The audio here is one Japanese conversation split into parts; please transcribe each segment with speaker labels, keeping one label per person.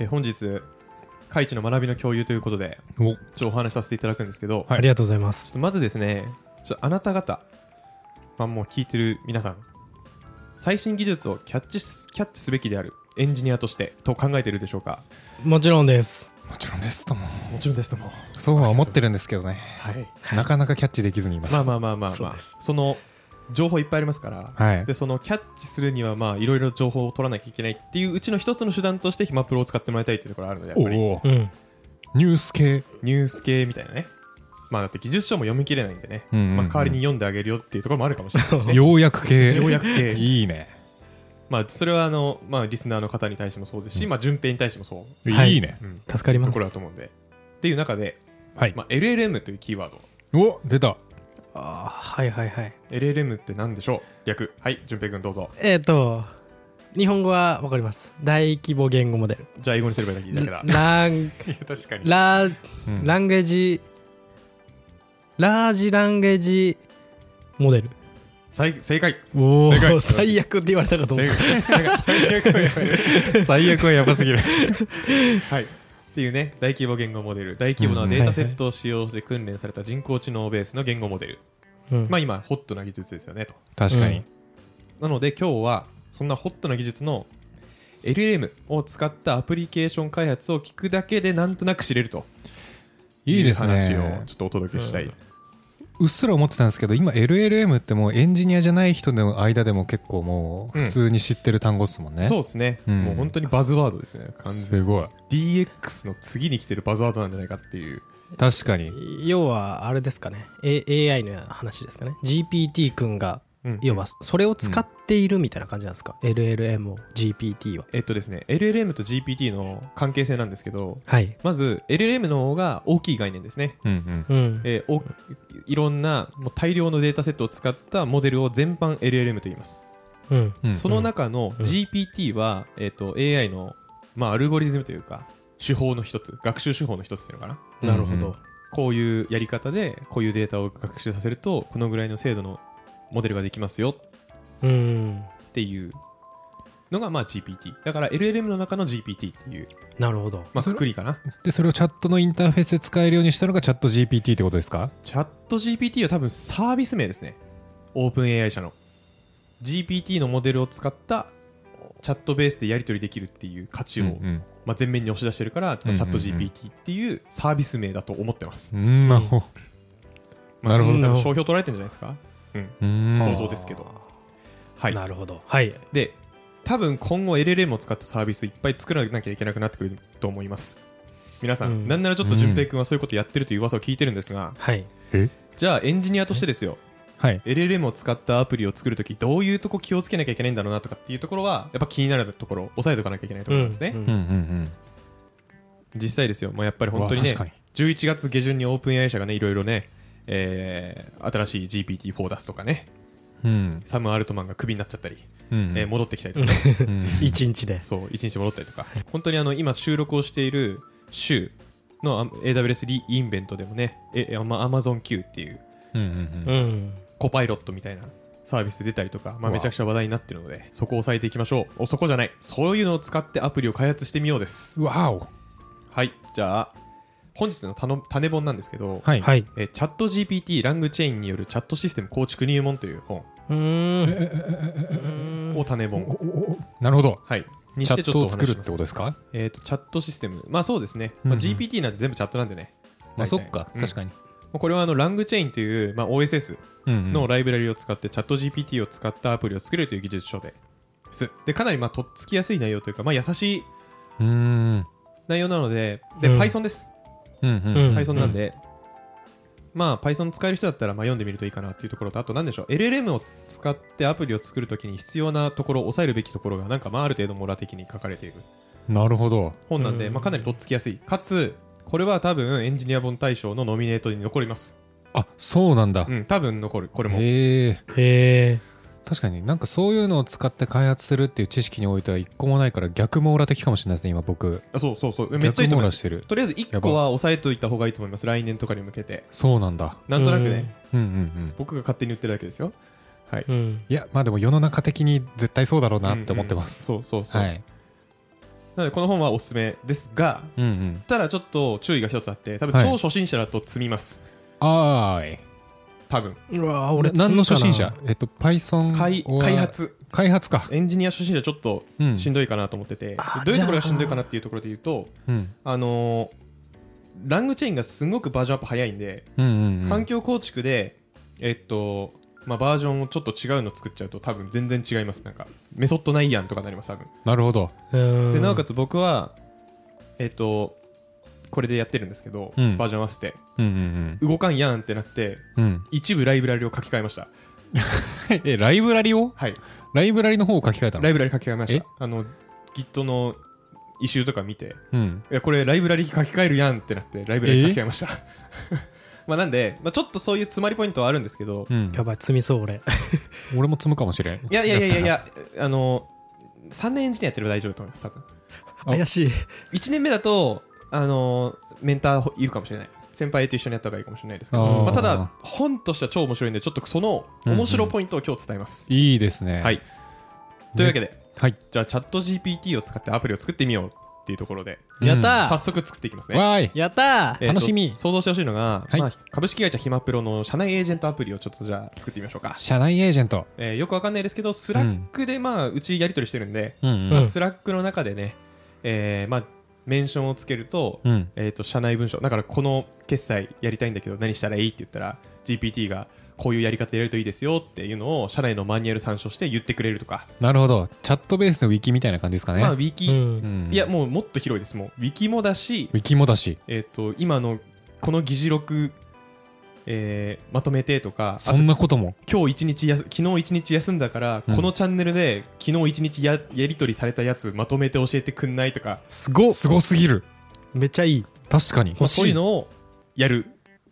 Speaker 1: え本日海地の学びの共有ということで
Speaker 2: お、はい、
Speaker 1: ちょっとお話しさせていただくんですけど、
Speaker 2: ありがとうござい
Speaker 1: ち
Speaker 2: ま
Speaker 1: ょっ
Speaker 2: す。
Speaker 1: とまずですねちょっとあなた方、まあ、もう聞いてる皆さん最新技術をキャッチすキャッチすべきであるエンジニアとしてと考えているでしょうか
Speaker 2: もちろんです。
Speaker 3: もちろんですとも。
Speaker 1: もちろんですとも
Speaker 3: そうは思ってるんですけどね。
Speaker 1: はい
Speaker 3: なかなかキャッチできずにいます。
Speaker 1: まあまあまあまあ、
Speaker 2: そう
Speaker 1: まあ、
Speaker 2: です
Speaker 1: その情報いっぱいありますから、
Speaker 3: はい
Speaker 1: でそのキャッチするにはまあいろいろ情報を取らなきゃいけないっていううちの一つの手段としてヒマプロを使ってもらいたいっていうところがあるのでやっぱり
Speaker 3: おお
Speaker 2: う。ん。
Speaker 3: ニュース系。
Speaker 1: ニュース系みたいなねまあだって技術書も読み切れないんでね、
Speaker 3: うんうんうん
Speaker 1: まあ、代わりに読んであげるよっていうところもあるかもしれない ですね
Speaker 3: ようやく系。
Speaker 1: 要約系
Speaker 3: いいね。
Speaker 1: まあそれはあの、まあ、リスナーの方に対してもそうですし、まあ、順平に対してもそう
Speaker 2: はい
Speaker 3: いいね。
Speaker 1: うん
Speaker 2: 助かり
Speaker 1: と
Speaker 2: ま
Speaker 1: ころだと
Speaker 2: す。
Speaker 1: 思うんで。っていう中で、
Speaker 2: はい。
Speaker 1: まあ、LLM というキーワード。
Speaker 3: お出た。
Speaker 2: あーはいはいはい。
Speaker 1: LLM って何でしょう略。はい、淳平君どうぞ。
Speaker 2: えっ、と、日本語はわかります。大規模言語モデル。
Speaker 1: じゃあ英語にすればいいだけだ。
Speaker 2: ラン、
Speaker 1: 確かに。
Speaker 2: ラ、
Speaker 3: うん
Speaker 2: ランゲージ、ラージランゲージモデル。
Speaker 1: さい正解。
Speaker 2: お
Speaker 3: 正解
Speaker 2: お、最悪って言われたかと思
Speaker 1: 正
Speaker 2: っ
Speaker 1: 解
Speaker 2: た。。
Speaker 3: 最悪はやばす ぎる。
Speaker 1: はい。っていうね、大規模言語モデル。大規模なデータセットを使用して訓練された人工知能ベースの言語モデル。
Speaker 2: うん
Speaker 1: まあ今、ホットな技術ですよね、と。
Speaker 3: 確かに。
Speaker 1: なので今日はそんなホットな技術の LLM を使ったアプリケーション開発を聞くだけでなんとなく知れると
Speaker 3: いいです
Speaker 1: いう話を
Speaker 3: ね
Speaker 1: ちょ。っとお届けしたい、
Speaker 2: うん
Speaker 3: うっすら思ってたんですけど、今 LLM ってもうエンジニアじゃない人の間でも結構もう普通に知ってる単語っすもんね。
Speaker 1: そうですね、
Speaker 3: うん
Speaker 1: もう本当にバズワードですね完全
Speaker 3: すごい。
Speaker 1: に DX の次に来てるバズワードなんじゃないかっていう
Speaker 3: 確かに。
Speaker 2: 要はあれですかね、A、AI の話ですかね GPT 君が、
Speaker 1: うん
Speaker 2: 要はそれを使っているみたいな感じなんですか、LLM を GPT は
Speaker 1: えっとですね LLM と GPT の関係性なんですけど
Speaker 2: はい
Speaker 1: まず LLM の方が大きい概念ですね
Speaker 3: うんうん。
Speaker 2: うん
Speaker 1: えーおいろんなもう大量のデータセットを使ったモデルを全般 LLM と言います
Speaker 2: うん
Speaker 3: うん
Speaker 1: その中の GPT は、えっと AI の、まあ、アルゴリズムというか手法の一つ学習手法の一つっていうのかな
Speaker 2: なるほ
Speaker 3: うんう
Speaker 2: ど
Speaker 3: ん
Speaker 1: こういうやり方でこういうデータを学習させるとこのぐらいの精度のモデルができますよ
Speaker 2: うん、
Speaker 1: っていうのがまあ GPT だから LLM の中の GPT っていう、
Speaker 2: なるほど
Speaker 1: まあ、
Speaker 3: それ
Speaker 1: くくりかな
Speaker 3: で、それをチャットのインターフェースで使えるようにしたのがチャット GPT ってことですか
Speaker 1: チャット GPT は多分サービス名ですねオープン AI 社の GPT のモデルを使ったチャットベースでやり取りできるっていう価値を、
Speaker 3: うん
Speaker 1: まあ、前面に押し出してるから、まあ
Speaker 3: うんうん
Speaker 1: チャッ
Speaker 3: うん
Speaker 1: ト GPT っていうサービス名だと思ってます
Speaker 3: う。ん。 なるほど。なるほ
Speaker 1: 多
Speaker 3: ど。
Speaker 1: 分商標取られてるんじゃないですか、うん、
Speaker 3: うん
Speaker 1: 想像ですけどは
Speaker 2: はいい、なるほどはい
Speaker 1: で多分今後 LLM を使ったサービスいっぱい作らなきゃいけなくなってくると思います皆さん、
Speaker 2: うん
Speaker 1: なんならちょっと淳平君はそういうことやってるという噂を聞いてるんですが、
Speaker 2: はい
Speaker 1: じゃあエンジニアとしてですよ
Speaker 3: はい。
Speaker 1: LLM を使ったアプリを作るときどういうとこ気をつけなきゃいけないんだろうなとかっていうところはやっぱ気になるところ押さえておかなきゃいけないところなんですね、
Speaker 2: うん
Speaker 3: うんうん
Speaker 1: 実際ですよ、まあ、やっぱり
Speaker 3: うん。
Speaker 1: 本当に
Speaker 3: う
Speaker 1: ね
Speaker 3: わ確か
Speaker 1: 11月下旬にオープン AI 社がねいろいろね、えー新しい GPT4 出すとかね
Speaker 3: に。うん。
Speaker 1: サム・アルトマンがクビになっちゃったり、
Speaker 3: うん
Speaker 1: えー戻ってきたりとか、
Speaker 3: うん
Speaker 2: 一日 で
Speaker 1: そう1日戻ったりとか本当にあの今収録をしている週のあ AWS リインベントでもねええアマ AmazonQ っていう
Speaker 3: うんう
Speaker 2: うんん
Speaker 1: コパイロットみたいなサービス出たりとか、まあ、
Speaker 3: うわ
Speaker 1: めちゃくちゃ話題になってるのでそこを抑えていきましょうおそこじゃないそういうのを使ってアプリを開発してみようです
Speaker 3: うん。わお。
Speaker 1: はいじゃあ本日のたの種本なんですけど、
Speaker 3: はい。
Speaker 2: はい
Speaker 1: えチャット GPT ラングチェーンによるチャットシステム構築入門という本
Speaker 2: うーん
Speaker 1: を種本、
Speaker 3: おおおなるほど。
Speaker 1: はいに
Speaker 3: チ
Speaker 1: し
Speaker 3: ャ
Speaker 1: てちょっと
Speaker 3: ット
Speaker 1: お
Speaker 3: を
Speaker 1: 話し
Speaker 3: 作るっ
Speaker 1: ま
Speaker 3: てことですか
Speaker 1: えー、とチャットシステムまあそうですね、
Speaker 3: うん
Speaker 1: ま
Speaker 3: う
Speaker 1: あ、
Speaker 3: ん
Speaker 1: GPT なんて全部チャットなんでね
Speaker 3: ま
Speaker 1: 大体
Speaker 3: あそっか。
Speaker 1: うん
Speaker 3: 確かに。
Speaker 1: もうこれはあのラングチェインという、まあ、OSS
Speaker 3: うん
Speaker 1: のライブラリを使って、チャット GPT を使ったアプリを作れるという技術書ですでかなりまあとっつきやすい内容というか、まあ、優しい
Speaker 3: うんうん
Speaker 1: 内容なのでで、
Speaker 2: うん
Speaker 1: Python です、
Speaker 3: うん
Speaker 2: うん
Speaker 1: Python なんで、まあ Python 使える人だったらまあ読んでみるといいかなっていうところとあと何でしょう LLM を使ってアプリを作るときに必要なところを抑えるべきところがなんかまあある程度モラ的に書かれている
Speaker 3: なるほど。
Speaker 1: 本なんで、
Speaker 2: うん
Speaker 1: まあ、かなりとっつきやすいかつこれは多分エンジニア本大賞のノミネートに残ります
Speaker 3: あそうなんだ
Speaker 1: う。ん多分残るこれも
Speaker 3: へえ。
Speaker 2: へえ
Speaker 3: 確かになんかそういうのを使って開発するっていう知識においては一個もないから逆網羅的かもしれないですね、今僕。
Speaker 1: あそうそうそうめっちゃいいと
Speaker 3: 逆網
Speaker 1: 思い
Speaker 3: 羅
Speaker 1: ま
Speaker 3: し
Speaker 1: す
Speaker 3: てる。
Speaker 1: とりあえず1個は押さえといた方がいいと思います来年とかに向けて
Speaker 3: そうなんだ。
Speaker 1: なんとなくね
Speaker 3: うんうんうん。
Speaker 1: 僕が勝手に言ってるだけですよはい
Speaker 2: うん
Speaker 3: いや、まあでも世の中的に絶対そうだろうなって思ってます。
Speaker 1: うんうんそうそうそう、
Speaker 3: はい。
Speaker 1: なのでこの本はおすすめですが
Speaker 3: うんうん。
Speaker 1: ただちょっと注意が一つあって多分
Speaker 3: はい
Speaker 1: 超初心者だと積みます、
Speaker 3: あーい。
Speaker 1: 多分
Speaker 2: うわ
Speaker 3: 俺
Speaker 2: 俺
Speaker 3: 何の初心者えっと、Python
Speaker 1: 開
Speaker 3: は
Speaker 1: 開。発
Speaker 3: 開発か。
Speaker 1: エンジニア初心者ちょっと
Speaker 3: うん
Speaker 1: しんどいかなと思ってて、
Speaker 2: あー
Speaker 1: どういうところが
Speaker 2: じゃあ
Speaker 1: しんどいかなっていうところで言うと
Speaker 3: うん。
Speaker 1: あのーラングチェインがすごくバージョンアップ早いんで、
Speaker 3: うんうんうん。
Speaker 1: 環境構築で、えっとまあ、バージョンをちょっと違うの作っちゃうと多分全然違いますなんかメソッドないやんとかなります多分
Speaker 3: なるほど。
Speaker 1: で
Speaker 2: で
Speaker 1: なおかつ僕はえっとこれでやってるんですけど、
Speaker 3: うん
Speaker 1: バージョン合わせて
Speaker 3: うんうん
Speaker 1: 動かんやんってなって
Speaker 3: うん。うん。
Speaker 1: 一部ライブラリを書き換えました
Speaker 3: え、ライブラリを
Speaker 1: はい
Speaker 3: ライブラリの方を書き換えたの
Speaker 1: ライブラリ書き換えまし
Speaker 3: え
Speaker 1: たあの Git のイシューとか見て
Speaker 3: うん。
Speaker 1: いやこれライブラリ書き換えるやんってなってライブラリ書き換えました まあなんで、まあ、ちょっとそういう詰まりポイントはあるんですけど
Speaker 3: うん。
Speaker 2: やばい積みそう俺
Speaker 3: 俺も積むかもしれん。
Speaker 1: いやいやいやいやいやあの3年エンジニアやってれば大丈夫だと思います多分
Speaker 2: 怪しい
Speaker 1: 1年目だとあのメンターいるかもしれない先輩と一緒にやった方がいいかもしれないですけど
Speaker 3: あー
Speaker 1: まあ、ただ本としては超面白いんでちょっとその面白ポイントを今日伝えます、
Speaker 3: いいですね。
Speaker 1: はい。というわけで、
Speaker 3: はい。
Speaker 1: じゃあチャット GPT を使ってアプリを作ってみようっていうところで
Speaker 3: うんやった
Speaker 1: 早速作っていきますね
Speaker 3: わーい。
Speaker 2: やった
Speaker 1: えーと
Speaker 3: 楽しみ
Speaker 1: 想像してほしいのが、
Speaker 3: はい
Speaker 1: まあ、株式会社ひまプロの社内エージェントアプリをちょっとじゃあ作ってみましょうか、
Speaker 3: 社内エージェント。
Speaker 1: えーよくわかんないですけどスラックでまあうちやり取りしてるんで、
Speaker 3: うん
Speaker 2: うん
Speaker 1: スラックの中でね、えーまあ、メンションをつけると,、
Speaker 3: うん。
Speaker 1: えー、と社内文章だからこの決済やりたいんだけど何したらいいって言ったら GPT がこういうやり方やるといいですよっていうのを社内のマニュアル参照して言ってくれるとか、
Speaker 3: なるほど。チャットベースのウィキみたいな感じですかね。
Speaker 1: まあ、ウィキ、
Speaker 2: うん
Speaker 3: うん
Speaker 1: いやもうもっと広いですもうウィキもだし
Speaker 3: ウ、ィキもだし。
Speaker 1: えー、と今のこの議事録、えーまとめてとかあ
Speaker 3: そ
Speaker 1: と
Speaker 3: んなことも。
Speaker 1: 今日一日やす昨日一日休んだから、
Speaker 3: うん
Speaker 1: このチャンネルで昨日一日ややり取りされたやつまとめて教えてくんないとか、
Speaker 2: すごっ
Speaker 3: すごすぎる。
Speaker 2: めっちゃいい
Speaker 3: 確かに。
Speaker 1: まあそういうのをやる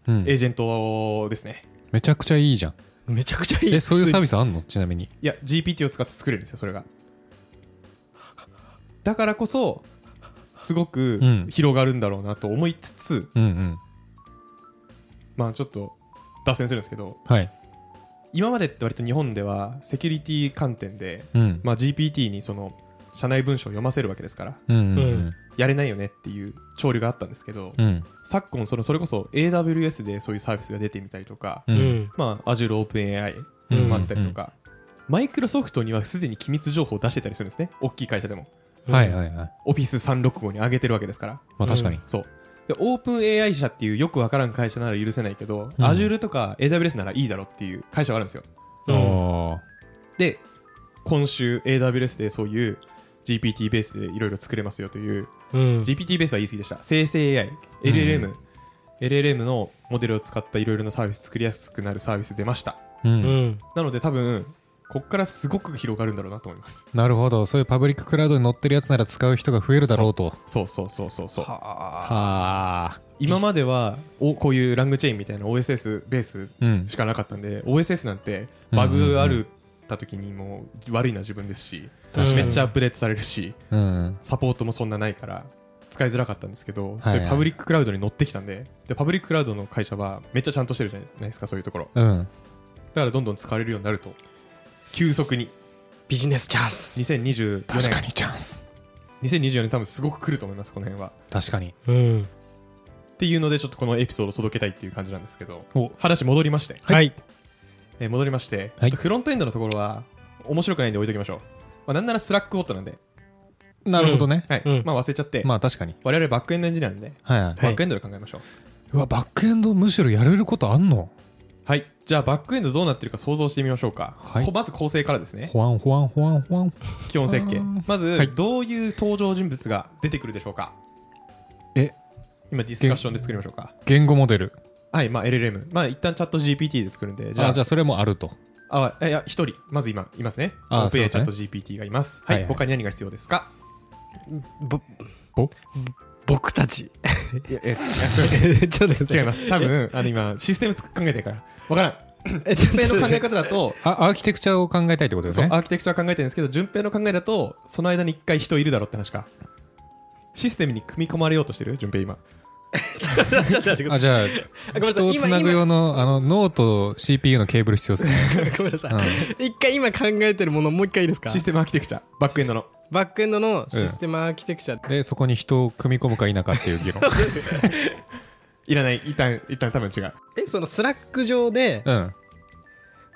Speaker 3: うん
Speaker 1: エージェントですね、
Speaker 3: めちゃくちゃいいじゃん。
Speaker 2: めちゃくちゃいい
Speaker 3: え、そういうサー
Speaker 2: ビ
Speaker 3: ビスあんのちなみに。
Speaker 1: いや GPT を使って作れるんですよそれがだからこそすごく
Speaker 3: うん
Speaker 1: 広がるんだろうなと思いつつ、
Speaker 3: うんうん。
Speaker 1: まあちょっと脱線するんですけど
Speaker 3: はい。
Speaker 1: 今までって割と日本ではセキュリティ観点で、
Speaker 3: うん。
Speaker 1: まあ、GPT にその社内文章を読ませるわけですから
Speaker 3: うんうん
Speaker 1: やれないよねっていう潮流があったんですけど、
Speaker 3: うん。うん。
Speaker 1: 昨今そのそれこそ AWS でそういうサービスが出てみたりとか、
Speaker 3: う。
Speaker 2: うんん
Speaker 1: まあ、Azure OpenAI
Speaker 3: うん
Speaker 1: もあったりとか、マイクロソフトにはすでに機密情報を出してたりするんですね大きい会社でも
Speaker 3: はいはいはい。
Speaker 1: Office365 に上げてるわけですから
Speaker 3: まあ確かに。
Speaker 1: そうで OpenAI 社っていうよくわからん会社なら許せないけど、
Speaker 3: うん
Speaker 1: Azure とか AWS ならいいだろっていう会社はあるんですよ
Speaker 2: うん
Speaker 3: あ
Speaker 1: で今週 AWS でそういう GPT ベースでいろいろ作れますよという
Speaker 2: うん
Speaker 1: GPT ベースは言い過ぎでした生成 AI、
Speaker 3: う
Speaker 1: LLM
Speaker 3: ん、
Speaker 1: LLM のモデルを使ったいろいろなサービス作りやすくなるサービス出ました。
Speaker 3: ー。う。
Speaker 2: うんん
Speaker 1: なので多分、こっからすごく広がるんだろうなと思います。
Speaker 3: なるほど。そういうパブリッククラウドに載ってるやつなら使う人が増えるだろうと。
Speaker 1: そうそうそうそうそう。
Speaker 2: はあ
Speaker 3: はあ。
Speaker 1: 今まではおこういうラングチェーンみたいな OSS ベース
Speaker 3: うん。
Speaker 1: しかなかったんで、OSS なんてバグがあるた時にもう悪いのは自分ですし、
Speaker 3: 確かに
Speaker 1: めっちゃアップデートされるし、
Speaker 3: うん。
Speaker 1: サポートもそんなないから使いづらかったんですけど、
Speaker 3: いはい
Speaker 1: それパブリッククラウドに乗ってきたんででパブリッククラウドの会社はめっちゃちゃんとしてるじゃないですかそういうところ
Speaker 3: うん。
Speaker 1: だからどんどん使われるようになると急速に
Speaker 2: ビジネスチャンス
Speaker 1: 2024
Speaker 3: 確か
Speaker 1: 年
Speaker 3: にチャンス。
Speaker 1: 2024年多分すごく来ると思いますこの辺は
Speaker 3: 確かに。
Speaker 2: うん
Speaker 1: っていうのでちょっとこのエピソードを届けたいっていう感じなんですけど
Speaker 3: お
Speaker 1: 話戻りまして、
Speaker 2: はい
Speaker 1: えー戻りまして、
Speaker 3: はい
Speaker 1: ちょっとフロントエンドのところは面白くないんで置いときましょう、まあ、なんならスラックボットなんで、
Speaker 3: なるほどね。
Speaker 1: はい
Speaker 2: うん
Speaker 1: まあ忘れちゃって、
Speaker 3: まあ確かに。
Speaker 1: 我々バックエンドエンジニアなんで、
Speaker 3: はいは
Speaker 1: バ
Speaker 3: い。
Speaker 1: ックエンドで考えましょう
Speaker 3: うわ、バックエンドむしろやれることあんの
Speaker 1: はいじゃあバックエンドどうなってるか想像してみましょうか、
Speaker 3: はい
Speaker 1: こまず構成からですね
Speaker 3: ほわんほわんほわんほわん。
Speaker 1: 基本設計
Speaker 3: あー
Speaker 1: まず、
Speaker 3: はい
Speaker 1: どういう登場人物が出てくるでしょうか
Speaker 3: え
Speaker 1: 今ディスカッションで作りましょうか
Speaker 3: 言語モデル。
Speaker 1: はいまあ LLM まあ一旦チャット GPT で作るんで
Speaker 3: じ
Speaker 1: じ
Speaker 3: ゃ
Speaker 1: ゃ
Speaker 3: あ、
Speaker 1: あ
Speaker 3: じゃあそれもあると。
Speaker 1: あいや一人まず今いますね
Speaker 3: あ
Speaker 1: OpenAI
Speaker 3: ーそうね
Speaker 1: チャット GPT がいます
Speaker 3: は
Speaker 1: はいい、
Speaker 3: はい
Speaker 1: 他に何が必要ですか
Speaker 2: ぼ
Speaker 3: ぼ
Speaker 2: 僕たち
Speaker 1: いやえ
Speaker 2: ちょっと待って
Speaker 1: 違います多分あの今システム考えてるからわからん
Speaker 2: えちょっと
Speaker 1: 順平
Speaker 2: 待って
Speaker 1: の考え方だ と
Speaker 3: あ、アーキテクチャを考えたいってことです
Speaker 1: そう
Speaker 3: ね。
Speaker 1: アーキテクチャは考えてるんですけど順平の考えだとその間に一回人いるだろうって話かシステムに組み込まれようとしてる順平今
Speaker 4: ちょっと待ってくだ
Speaker 3: あ
Speaker 4: さい
Speaker 3: じゃあ
Speaker 4: ごめんなさい
Speaker 3: 人をつなぐ用のあの脳と CPU のケーブル必要ですね
Speaker 4: ごめんなさい、
Speaker 3: うん
Speaker 4: 一回今考えてるものもう一回いいですか
Speaker 1: システムアーキテクチャバックエンドの
Speaker 4: バックエンドのシステムアーキテクチャ、
Speaker 3: でそこに人を組み込むか否かっていう議論
Speaker 1: いらない一旦一旦多分違う
Speaker 4: えそのスラック上で
Speaker 3: うん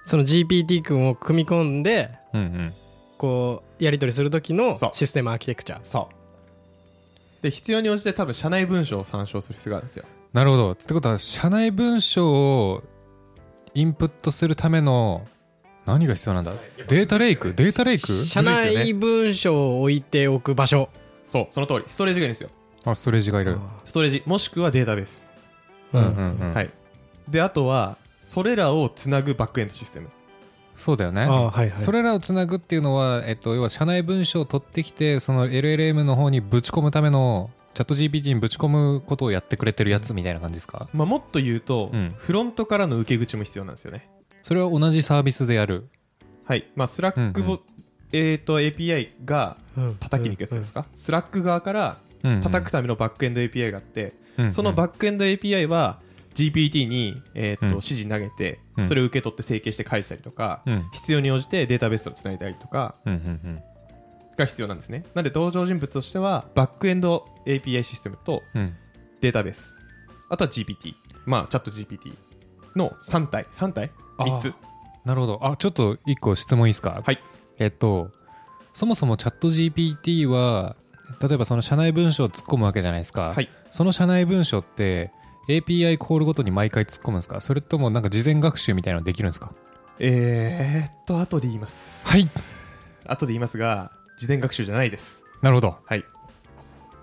Speaker 4: その GPT 君を組み込んで
Speaker 3: うんうん
Speaker 4: こうやり取りする時の
Speaker 1: そう
Speaker 4: システムアーキテクチャ
Speaker 1: そうで必要に応じて多分社内文章を参照する必要があるんですよ
Speaker 3: なるほどってことは社内文章をインプットするための何が必要なんだデータレイクデータレイク
Speaker 4: 社
Speaker 3: むずいです
Speaker 4: 内
Speaker 3: よね
Speaker 4: 文章を置いておく場所
Speaker 1: そうその通りストレージがいるんですよ
Speaker 3: あストレージがいる
Speaker 1: ストレージもしくはデータベース、
Speaker 3: うんうんうん、
Speaker 1: はいであとはそれらをつなぐバックエンドシステム
Speaker 3: そうだよね
Speaker 4: ああはいはい
Speaker 3: それらをつなぐっていうのは、えっと、要は社内文章を取ってきてその LLM の方にぶち込むためのチャット GPT にぶち込むことをやってくれてるやつみたいな感じですか、
Speaker 1: まあ、もっと言うと、
Speaker 3: うん
Speaker 1: フロントからの受け口も必要なんですよね
Speaker 3: それは同じサービスでやる
Speaker 1: はいまあスラック
Speaker 3: うんう
Speaker 1: ボ、
Speaker 3: ん
Speaker 1: えー、と API が
Speaker 4: うん
Speaker 1: 叩きに行くやつですか、スラック側から叩くためのバックエンド API があって、そのバ
Speaker 3: ッ
Speaker 1: ックエンド API は GPT に、えーと
Speaker 3: うん
Speaker 1: 指示投げて、
Speaker 3: うん
Speaker 1: それを受け取って整形して返したりとか、
Speaker 3: うんうん
Speaker 1: 必要に応じてデータベースとつないだりとか
Speaker 3: うんうん
Speaker 1: が必要なんですねなので登場人物としてはバックエンド API システムと
Speaker 3: うんうん
Speaker 1: データベースあとは GPT まあチャット GPT の3体3体
Speaker 3: あー
Speaker 1: ?3 つ
Speaker 3: なるほどあちょっと一個質問いいですか
Speaker 1: はい
Speaker 3: えっとそもそもチャット GPT は例えばその社内文章を突っ込むわけじゃないですか、
Speaker 1: はい
Speaker 3: その社内文章って API コールごとに毎回突っ込むんですかそれともなんか事前学習みたいなのできるんですか
Speaker 1: えー、っと後で言います
Speaker 3: はい
Speaker 1: 後で言いますが事前学習じゃないです
Speaker 3: なるほど
Speaker 1: はい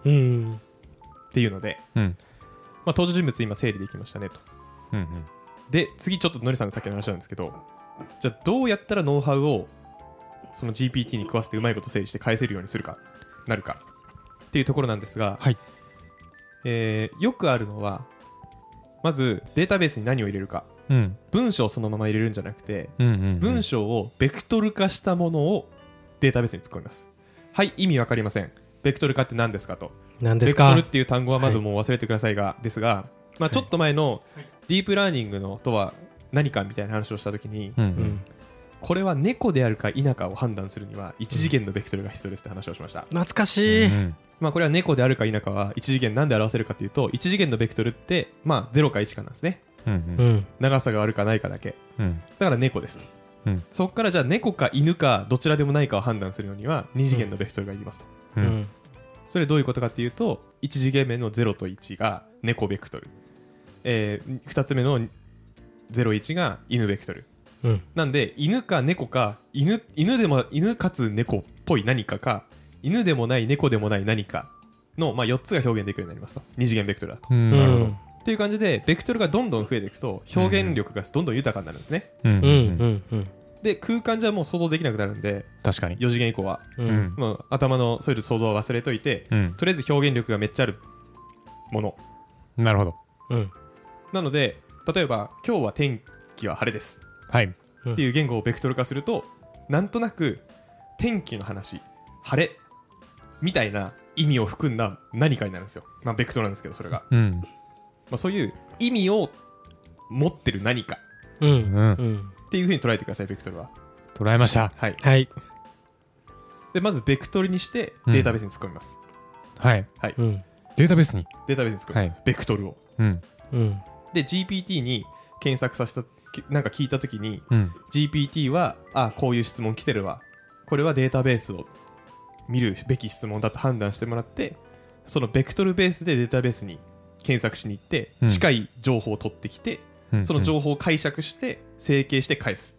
Speaker 4: うん
Speaker 1: っていうので、
Speaker 3: うん
Speaker 1: まあ、登場人物今整理できましたねと
Speaker 3: うんうん
Speaker 1: で次ちょっとのりさんのさっきの話なんですけどじゃあどうやったらノウハウをその GPT に食わせてうまいこと整理して返せるようにするかなるかっていうところなんですが、
Speaker 3: はい
Speaker 1: えーよくあるのはまずデータベースに何を入れるか
Speaker 3: うん
Speaker 1: 文章をそのまま入れるんじゃなくて
Speaker 3: うんうん
Speaker 1: 文章をベクトル化したものをデータベースに突っ込みますはい意味わかりませんベクトル化って何ですかと
Speaker 4: 何で
Speaker 1: ベ
Speaker 4: す
Speaker 1: クトルっ
Speaker 4: か
Speaker 1: ていう単語はまずもう忘れてくださいが、ですが、まあ、ちょっと前のディープラーニングのとは何かみたいな話をしたときに、
Speaker 3: うんう
Speaker 4: うんん
Speaker 1: これは猫であるか否かを判断するには一次元のベクトルが必要ですって話をしました、
Speaker 4: 懐か
Speaker 3: う
Speaker 4: しい
Speaker 3: ん
Speaker 1: まあ、これは猫であるか否かは一次元なんで表せるかというと一次元のベクトルって、まあ、0か1かなんですね
Speaker 3: うん
Speaker 4: う
Speaker 3: うん
Speaker 4: ん
Speaker 1: 長さがあるかないかだけ
Speaker 3: うん
Speaker 1: だから猫ですと、
Speaker 3: うん
Speaker 1: そこからじゃあ猫か犬かどちらでもないかを判断するのには二次元のベクトルがいりますと、
Speaker 3: う
Speaker 4: うんん
Speaker 1: それどういうことかっていうと1次元目の0と1が猫ベクトル、え2つ目の01が犬ベクトル
Speaker 4: うん
Speaker 1: なんで犬か猫か犬犬でも犬かつ猫っぽい何かか犬でもない猫でもない何かの、まあ、4つが表現できるようになりますと2次元ベクトルだと。
Speaker 3: うんなるほど
Speaker 1: っていう感じでベクトルがどんどん増えていくと表現力がどんどん豊かになるんですね。
Speaker 3: うん
Speaker 4: う
Speaker 3: うんん
Speaker 4: うんうん
Speaker 1: で空間じゃもう想像できなくなるんで
Speaker 3: 確かに
Speaker 1: 4次元以降は、
Speaker 4: う
Speaker 3: うんん
Speaker 1: まあ、頭のそういう想像を忘れといて
Speaker 3: うん
Speaker 1: とりあえず表現力がめっちゃあるもの
Speaker 3: なるほど
Speaker 4: うん
Speaker 1: なので例えば今日は天気は晴れです
Speaker 3: はい
Speaker 1: っていう言語をベクトル化するとなんとなく天気の話晴れみたいな意味を含んだ何かになるんですよ、まあ、ベクトルなんですけどそれが、
Speaker 3: うん
Speaker 1: まあ、そういう意味を持ってる何か
Speaker 4: う
Speaker 3: うんん
Speaker 4: うん
Speaker 1: っていうふうに捉えてくださいベクトルは
Speaker 3: 捉えました
Speaker 1: はい
Speaker 4: はい
Speaker 1: でまずベクトルにしてデータベースに突っ込みます、
Speaker 3: はい
Speaker 1: はい
Speaker 4: うん
Speaker 3: データベースに
Speaker 1: データベースに突っ込み
Speaker 3: はい
Speaker 1: ベクトルを
Speaker 3: うん
Speaker 4: うん
Speaker 1: で GPT に検索させたけなんか聞いた時に
Speaker 3: うん
Speaker 1: GPT はあこういう質問来てるわこれはデータベースを見るべき質問だと判断してもらってそのベクトルベースでデータベースに検索しに行って
Speaker 3: うん
Speaker 1: 近い情報を取ってきて、
Speaker 3: うん
Speaker 1: その情報を解釈して整形して返す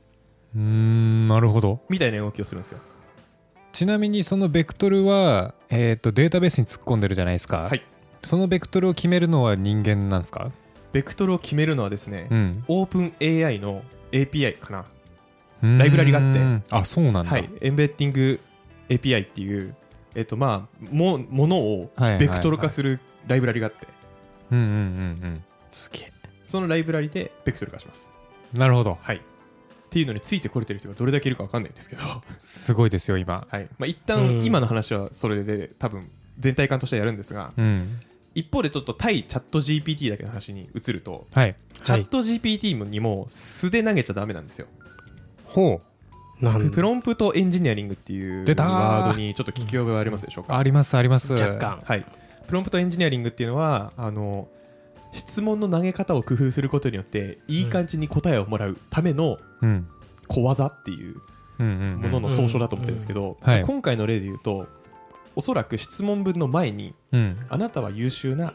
Speaker 3: うーんなるほど
Speaker 1: みたいな動きをするんですよ
Speaker 3: ちなみにそのベクトルはえっとデータベースに突っ込んでるじゃないですか
Speaker 1: はい
Speaker 3: そのベクトルを決めるのは人間なんですか
Speaker 1: ベクトルを決めるのはですね、
Speaker 3: うん
Speaker 1: オープン AI の API かな、ライブラリがあって
Speaker 3: うんあそうなんだ
Speaker 1: はい、エンベッティング API っていう、えっとまあ、もものを
Speaker 3: はいはいは
Speaker 1: ベ
Speaker 3: い
Speaker 1: クトル化するライブラリがあって、
Speaker 3: うんうんうん
Speaker 4: すげ
Speaker 1: そのライブラリでベクトル化します
Speaker 3: うんなるほど
Speaker 1: はい。っていうのについてこれてる人がどれだけいるかわかんないん ですけど、は
Speaker 3: すごいですよ今
Speaker 1: い。まあ一
Speaker 4: うん
Speaker 1: 旦今の話はそれで多分全体感としてはやるんですが、
Speaker 3: うん
Speaker 1: 一方でちょっと対チャット GPT だけの話に移ると、
Speaker 3: はい。
Speaker 1: チャット GPT にも素で投げちゃダメなんですよ。
Speaker 3: ほ
Speaker 4: なん
Speaker 1: プロンプトエンジニアリングっていう
Speaker 3: 出たー
Speaker 1: ワードにちょっと聞き覚えはありますでしょう
Speaker 3: う。
Speaker 1: か。
Speaker 3: あります、あります。
Speaker 4: 若。干
Speaker 1: はい、プロンプトエンジニアリングっていうのはあの質問の投げ方を工夫することによっていい感じに答えをもらうための
Speaker 3: うん。
Speaker 1: 小技っていう
Speaker 3: うんうんうん。
Speaker 1: ものの総称だと思ってるんですけど、
Speaker 3: うんはい
Speaker 1: 今回の例で言うとおそらく質問文の前に
Speaker 3: うん。
Speaker 1: あなたは優秀な、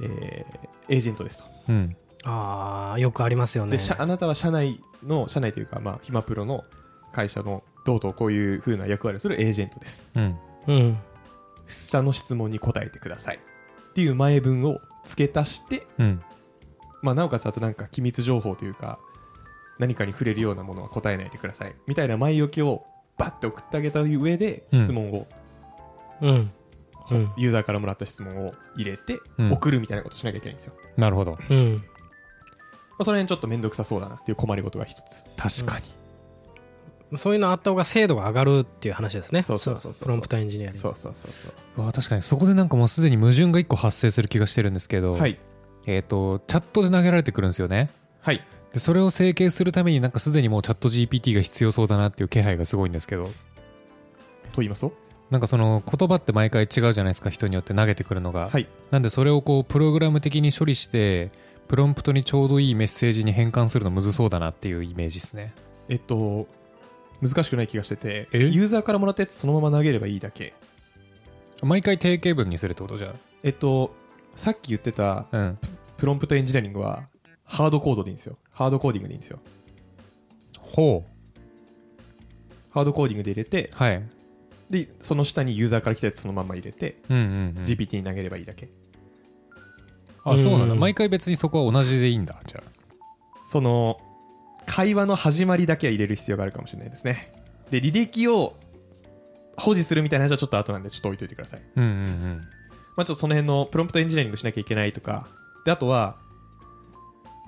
Speaker 1: えーエージェントですと
Speaker 3: うん。
Speaker 4: ああよくありますよね
Speaker 1: で社あなたは社内の社内というか、まあ、暇プロの会社のどうとこういうふうな役割をするエージェントです
Speaker 3: うん。
Speaker 4: うん
Speaker 1: 下の質問に答えてくださいっていう前文を付け足して
Speaker 3: うん。
Speaker 1: まあ、なおかつあとなんか機密情報というか何かに触れるようなものは答えないでくださいみたいな前置きをバッて送ってあげた上で
Speaker 3: うん
Speaker 1: 質問を、
Speaker 4: うんうん
Speaker 1: ユーザーからもらった質問を入れて
Speaker 3: うん
Speaker 1: 送るみたいなことしなきゃいけないんですよ、ま
Speaker 3: なるほど。
Speaker 4: うん
Speaker 1: あ、その辺ちょっと面倒くさそうだなっていう困りごとが一つ
Speaker 3: 確かに。
Speaker 4: そういうのあった方が精度が上がるっていう話ですね
Speaker 1: そうそうそうそう
Speaker 4: プロンプトエンジニアリング
Speaker 1: そうそうそうそう
Speaker 3: うわ確かにそこでなんかもうすでに矛盾が一個発生する気がしてるんですけど、
Speaker 1: はい
Speaker 3: えっ、とチャットで投げられてくるんですよね
Speaker 1: はい
Speaker 3: でそれを整形するためになんかすでにもうチャット GPT が必要そうだなっていう気配がすごいんですけど
Speaker 1: と言いますと
Speaker 3: なんかその言葉って毎回違うじゃないですか人によって投げてくるのが、
Speaker 1: はい
Speaker 3: なんでそれをこうプログラム的に処理してプロンプトにちょうどいいメッセージに変換するのむずそうだなっていうイメージですね
Speaker 1: えっと難しくない気がしてて
Speaker 3: え
Speaker 1: ユーザーからもらったやつそのまま投げればいいだけ
Speaker 3: 毎回定型文にするってことじゃ
Speaker 1: えっとさっき言ってた
Speaker 3: あうん
Speaker 1: プロンプトエンジニアリングはハードコードでいいんですよハードコーディングでいいんですよ
Speaker 3: ほう
Speaker 1: ハードコーディングで入れて、
Speaker 3: はい
Speaker 1: で、その下にユーザーから来たやつそのまんま入れて、
Speaker 3: うんうん、うん
Speaker 1: GPT に投げればいいだけ。
Speaker 3: あそうなんだ
Speaker 4: うん
Speaker 3: 毎回別にそこは同じでいいんだじゃあ
Speaker 1: その、会話の始まりだけは入れる必要があるかもしれないですね。で、履歴を保持するみたいな話はちょっと後なんで、ちょっと置いといてください。
Speaker 3: うんうんうん
Speaker 1: まあちょっとその辺のプロンプトエンジニアリングしなきゃいけないとか、で、あとは、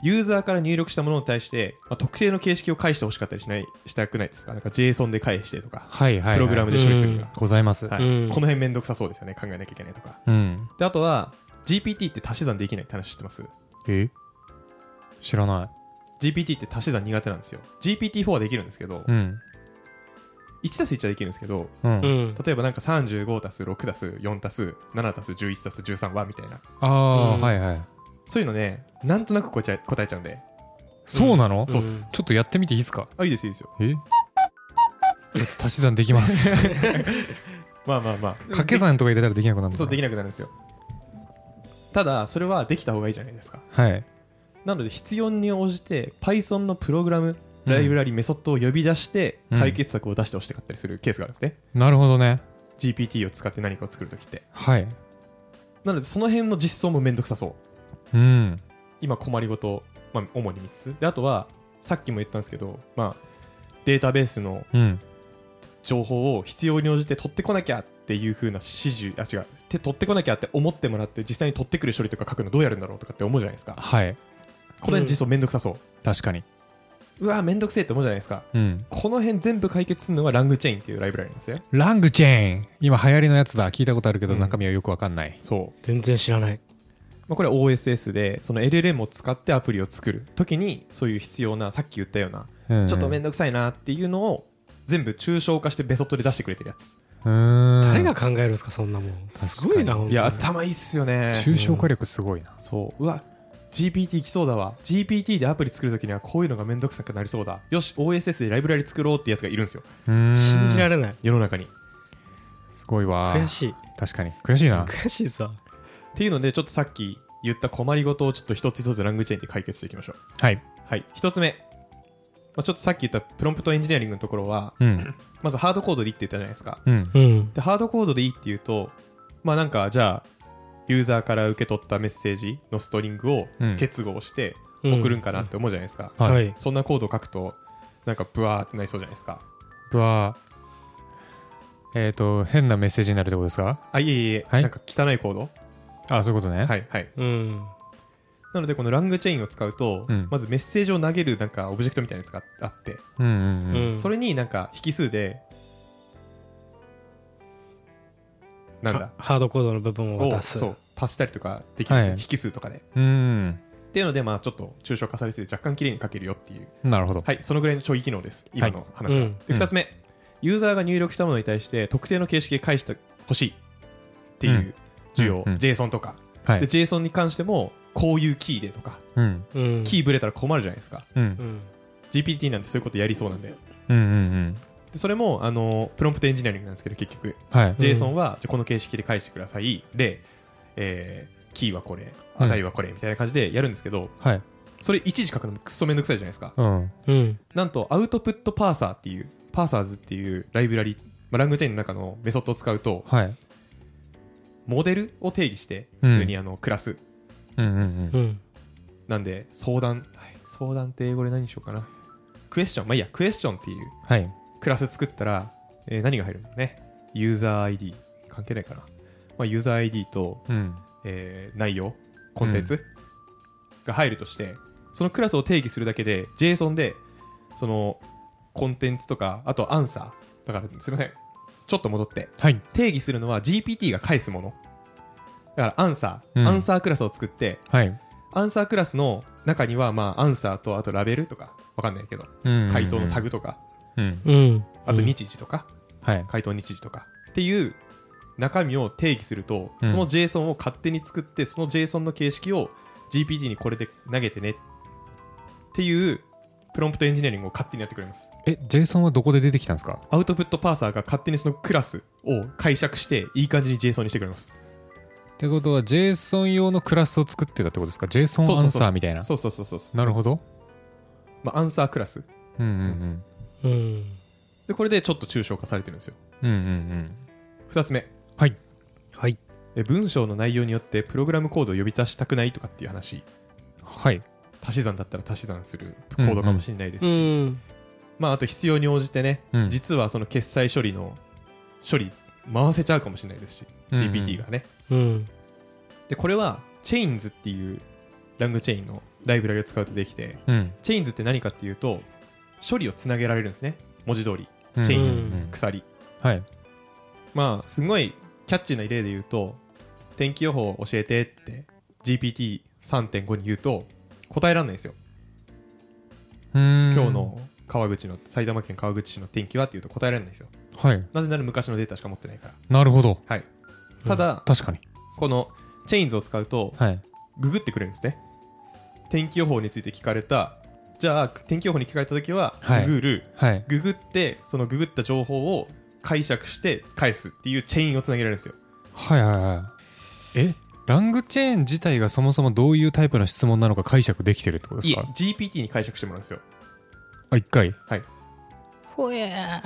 Speaker 1: ユーザーから入力したものに対して、まあ、特定の形式を返してほしかったりしないしたくないですかなんか JSON で返してとか、
Speaker 3: はいはい、はい、
Speaker 1: プログラムで処理するとか、
Speaker 3: ございます、
Speaker 1: はい
Speaker 4: うん
Speaker 1: この辺めんどくさそうですよね、考えなきゃいけないとか。
Speaker 3: うん
Speaker 1: であとは GPT って足し算できないって話知ってます
Speaker 3: え知らない
Speaker 1: GPT って足し算苦手なんですよ GPT4 はできるんですけど
Speaker 3: うん
Speaker 1: 1たす1はできるんですけど
Speaker 3: うん、
Speaker 4: うん
Speaker 1: 例えばなんか35たす6たす4たす7たす11たす13はみたいな
Speaker 3: ああ、
Speaker 4: うん
Speaker 3: はいはい
Speaker 1: そういうのねなんとなく答え答えちゃうんで
Speaker 3: そうなの、
Speaker 1: そうっす
Speaker 3: ちょっとやってみていいですか
Speaker 1: あいいですいいですよ
Speaker 3: え足し算できます
Speaker 1: まあまあまあ
Speaker 3: 掛け算とか入れたらできなくなるん
Speaker 1: そうでき
Speaker 3: な
Speaker 1: なくなるんですよただそれはできた方がいいじゃないですか
Speaker 3: はい
Speaker 1: なので必要に応じて Python のプログラムライブラリメソッドを呼び出して
Speaker 3: うん
Speaker 1: 解決策を出してほしかったりするケースがあるんですね、
Speaker 3: なるほどね
Speaker 1: GPT を使って何かを作るときって
Speaker 3: はい
Speaker 1: なのでその辺の実装もめんどくさそう
Speaker 3: うん
Speaker 1: 今困りごと、まあ、主に3つであとはさっきも言ったんですけど、まあ、データベースの
Speaker 3: うん
Speaker 1: 情報を必要に応じて取ってこなきゃっていう風な指示あ違うて取ってこなきゃって思ってもらって実際に取ってくる処理とか書くのどうやるんだろうとかって思うじゃないですかこ
Speaker 3: はい
Speaker 1: の辺実装めんどくさそう、
Speaker 3: 確かに
Speaker 1: うわめんどくせえって思うじゃないですか
Speaker 3: うん
Speaker 1: この辺全部解決するのはラングチェインっていうライブラリなんですね
Speaker 3: ラングチェーン今流行りのやつだ聞いたことあるけど、
Speaker 1: うん
Speaker 3: 中身はよくわかんない
Speaker 1: そう
Speaker 4: 全然知らない
Speaker 1: まあ、これは OSS でその LLM を使ってアプリを作るときにそういう必要なさっき言ったような
Speaker 3: ちょ
Speaker 1: ちょっとめ
Speaker 3: ん
Speaker 1: んどくさいなっていうのを全部抽象化してベソットで出してくれてるやつ。
Speaker 3: うん
Speaker 4: 誰が考えるんですかそんなもん
Speaker 3: かに
Speaker 4: すごいなほんと
Speaker 1: いや、頭いいっすよね。
Speaker 3: 抽象化力すごいな、
Speaker 1: そう。うわ、GPT 来そうだわ。GPT でアプリ作るときにはこういうのがめんどくさくなりそうだ。よし、OSS でライブラリ作ろうってやつがいるんですよ。
Speaker 3: うん
Speaker 4: 信じられない
Speaker 1: 世の中に。っ
Speaker 3: すごいわ
Speaker 4: 悔しい
Speaker 3: 確かに悔しいな
Speaker 4: 悔しいさ
Speaker 1: ていうので、ちょっとさっき言った困りごとをちょっと一つ一つラングチェーンで解決していきましょう。
Speaker 3: はい
Speaker 1: はい。一つ目。まあ、ちょっとさっき言ったプロンプトエンジニアリングのところは、
Speaker 3: うん
Speaker 1: まずハードコードでいいって言ったじゃないですか。
Speaker 3: うん
Speaker 4: うん
Speaker 1: でハードコードでいいっていうとまあなんかじゃあユーザーから受け取ったメッセージのストリングを
Speaker 3: うん
Speaker 1: 結合して
Speaker 4: うん
Speaker 1: 送るんかなって思うじゃないですか、
Speaker 3: はい
Speaker 4: はい
Speaker 1: そんなコードを書くとなんかブワーってなりそうじゃないですか
Speaker 3: は、えっ、と、変なメッセージになるってことですか
Speaker 1: あいえいえ、
Speaker 3: はい
Speaker 1: なんか汚いコード
Speaker 3: あ、そういうことね。
Speaker 1: はいはい
Speaker 4: うん
Speaker 1: なのでこのラングチェインを使うと、
Speaker 3: うん
Speaker 1: まずメッセージを投げるなんかオブジェクトみたいなやつがあって、
Speaker 3: うんうんうん。
Speaker 1: それになんか引数でなんだ
Speaker 4: ハハードコードの部分を
Speaker 1: を
Speaker 4: 出す
Speaker 1: そう足したりとかできるんですよ、
Speaker 3: はい
Speaker 1: 引数とかで。
Speaker 3: うん。
Speaker 1: っていうので、まあ、ちょっと抽象化されてて若干綺麗に書けるよっていう、
Speaker 3: なるほど。
Speaker 1: はい、そのぐらいのちょい機能です、今の話は。
Speaker 4: はいうん
Speaker 1: で2つ目、ユーザーが入力したものに対して特定の形式で返してほしいっていう需要、
Speaker 3: うんうんうん
Speaker 1: JSON とか、
Speaker 3: は
Speaker 1: で
Speaker 3: い。
Speaker 1: JSON に関してもこういうキーでとか、
Speaker 3: うん。
Speaker 4: うん
Speaker 1: キーぶれたら困るじゃないですか。
Speaker 3: うん
Speaker 4: う。ん
Speaker 1: GPT なんてそういうことやりそうなんで。
Speaker 3: うんうんうん。
Speaker 1: でそれもあのプロンプトエンジニアリングなんですけど結局
Speaker 3: はい。
Speaker 1: JSON はじゃあこの形式で返してくださいで、えーキーはこれ
Speaker 3: うん
Speaker 1: 値はこれみたいな感じでやるんですけど
Speaker 3: はい。
Speaker 1: それ一時書くのもクソめんどくさいじゃないですか
Speaker 3: うん。
Speaker 4: うん
Speaker 1: なんとアウトプットパーサーっていうパーサーズっていうライブラリ、まあ、ラングチェーンの中のメソッドを使うと
Speaker 3: はい。
Speaker 1: モデルを定義して普通にあのクラス
Speaker 3: うんうん
Speaker 4: うん
Speaker 1: なんで相談、はい相談って英語で何にしようかなクエスチョンまあいいやクエスチョンっていう
Speaker 3: はい。
Speaker 1: クラス作ったら、えー何が入るんだろうねユーザー ID 関係ないかな、まあ、ユーザー ID と、
Speaker 3: うん。
Speaker 1: えー内容コンテンツが入るとして、そのクラスを定義するだけで JSON でそのコンテンツとかあとアンサーだからすいませんちょっと戻って
Speaker 3: はい。
Speaker 1: 定義するのは GPT が返すものだからアンサー、
Speaker 3: うん
Speaker 1: アンサークラスを作って
Speaker 3: はい。
Speaker 1: アンサークラスの中にはまあアンサーとあとラベルとかわかんないけど
Speaker 3: うん
Speaker 1: 回答のタグ。とか
Speaker 3: うん。
Speaker 4: うん
Speaker 1: あと日時とか
Speaker 3: はい。
Speaker 1: 回答日時とかっていう中身を定義すると、
Speaker 3: うん
Speaker 1: その JSON を勝手に作ってその JSON の形式を GPT にこれで投げてねっていうプロンプトエンジニアリングを勝手にやってくれます
Speaker 3: え、JSON はどこで出てきたんですか
Speaker 1: アウトプットパーサーが勝手にそのクラスを解釈していい感じに JSON にしてくれます
Speaker 3: ってことは JSON 用のクラスを作ってたってことですか
Speaker 1: うそう
Speaker 3: ?JSON
Speaker 1: そう
Speaker 3: アンサーみたいな。
Speaker 1: そうそうそうそうそう、
Speaker 3: なるほど。
Speaker 1: まあ、アンサークラス
Speaker 3: うんうん
Speaker 4: うん
Speaker 1: でこれでちょっと抽象化されてるんですよ
Speaker 3: うん。うんうん
Speaker 1: 2つ目
Speaker 4: はい
Speaker 1: え文章の内容によってプログラムコードを呼び足したくないとかっていう話
Speaker 3: うん。はい。
Speaker 1: 足し算だったら足し算するコードかもしれないです
Speaker 4: う
Speaker 1: し、
Speaker 4: ん
Speaker 1: まあ、あと必要に応じてね、
Speaker 3: うん
Speaker 1: 実はその決済処理の処理回せちゃうかもしれないですし、
Speaker 3: うんうん
Speaker 1: GPT がね。
Speaker 4: うん
Speaker 1: で、これは Chains っていうラングチェインのライブラリを使うとできて、
Speaker 3: うん。
Speaker 1: Chains って何かっていうと、処理をつなげられるんですね、文字通り、
Speaker 3: うん
Speaker 1: チェイン
Speaker 3: うんうん
Speaker 1: 鎖。
Speaker 3: はい。
Speaker 1: まあ、すごいキャッチーな例で言うと、天気予報教えてって GPT3.5 に言うと、答えられないんですよ。
Speaker 3: 今
Speaker 1: 今日。の川口の、埼玉県川口市の天気はっていうと答えられないんですよ。
Speaker 3: はい。
Speaker 1: なぜなら昔のデータしか持ってないから。
Speaker 3: なるほど。
Speaker 1: はい、ただ、
Speaker 3: 確かに。
Speaker 1: このチェインズを使うと
Speaker 3: はい。
Speaker 1: ググってくれるんですね天気予報について聞かれたじゃあ天気予報に聞かれた時は
Speaker 3: はい
Speaker 1: ググる、
Speaker 3: はい。
Speaker 1: ググってそのググった情報を解釈して返すっていうチェインをつなげられるんですよ
Speaker 3: はいはいはい。えラングチェーン自体がそもそもどういうタイプの質問なのか解釈できてるってことで
Speaker 1: い
Speaker 3: す
Speaker 1: え
Speaker 3: か
Speaker 1: GPT に解釈してもらうんですよ
Speaker 3: あ、一回。
Speaker 4: ほや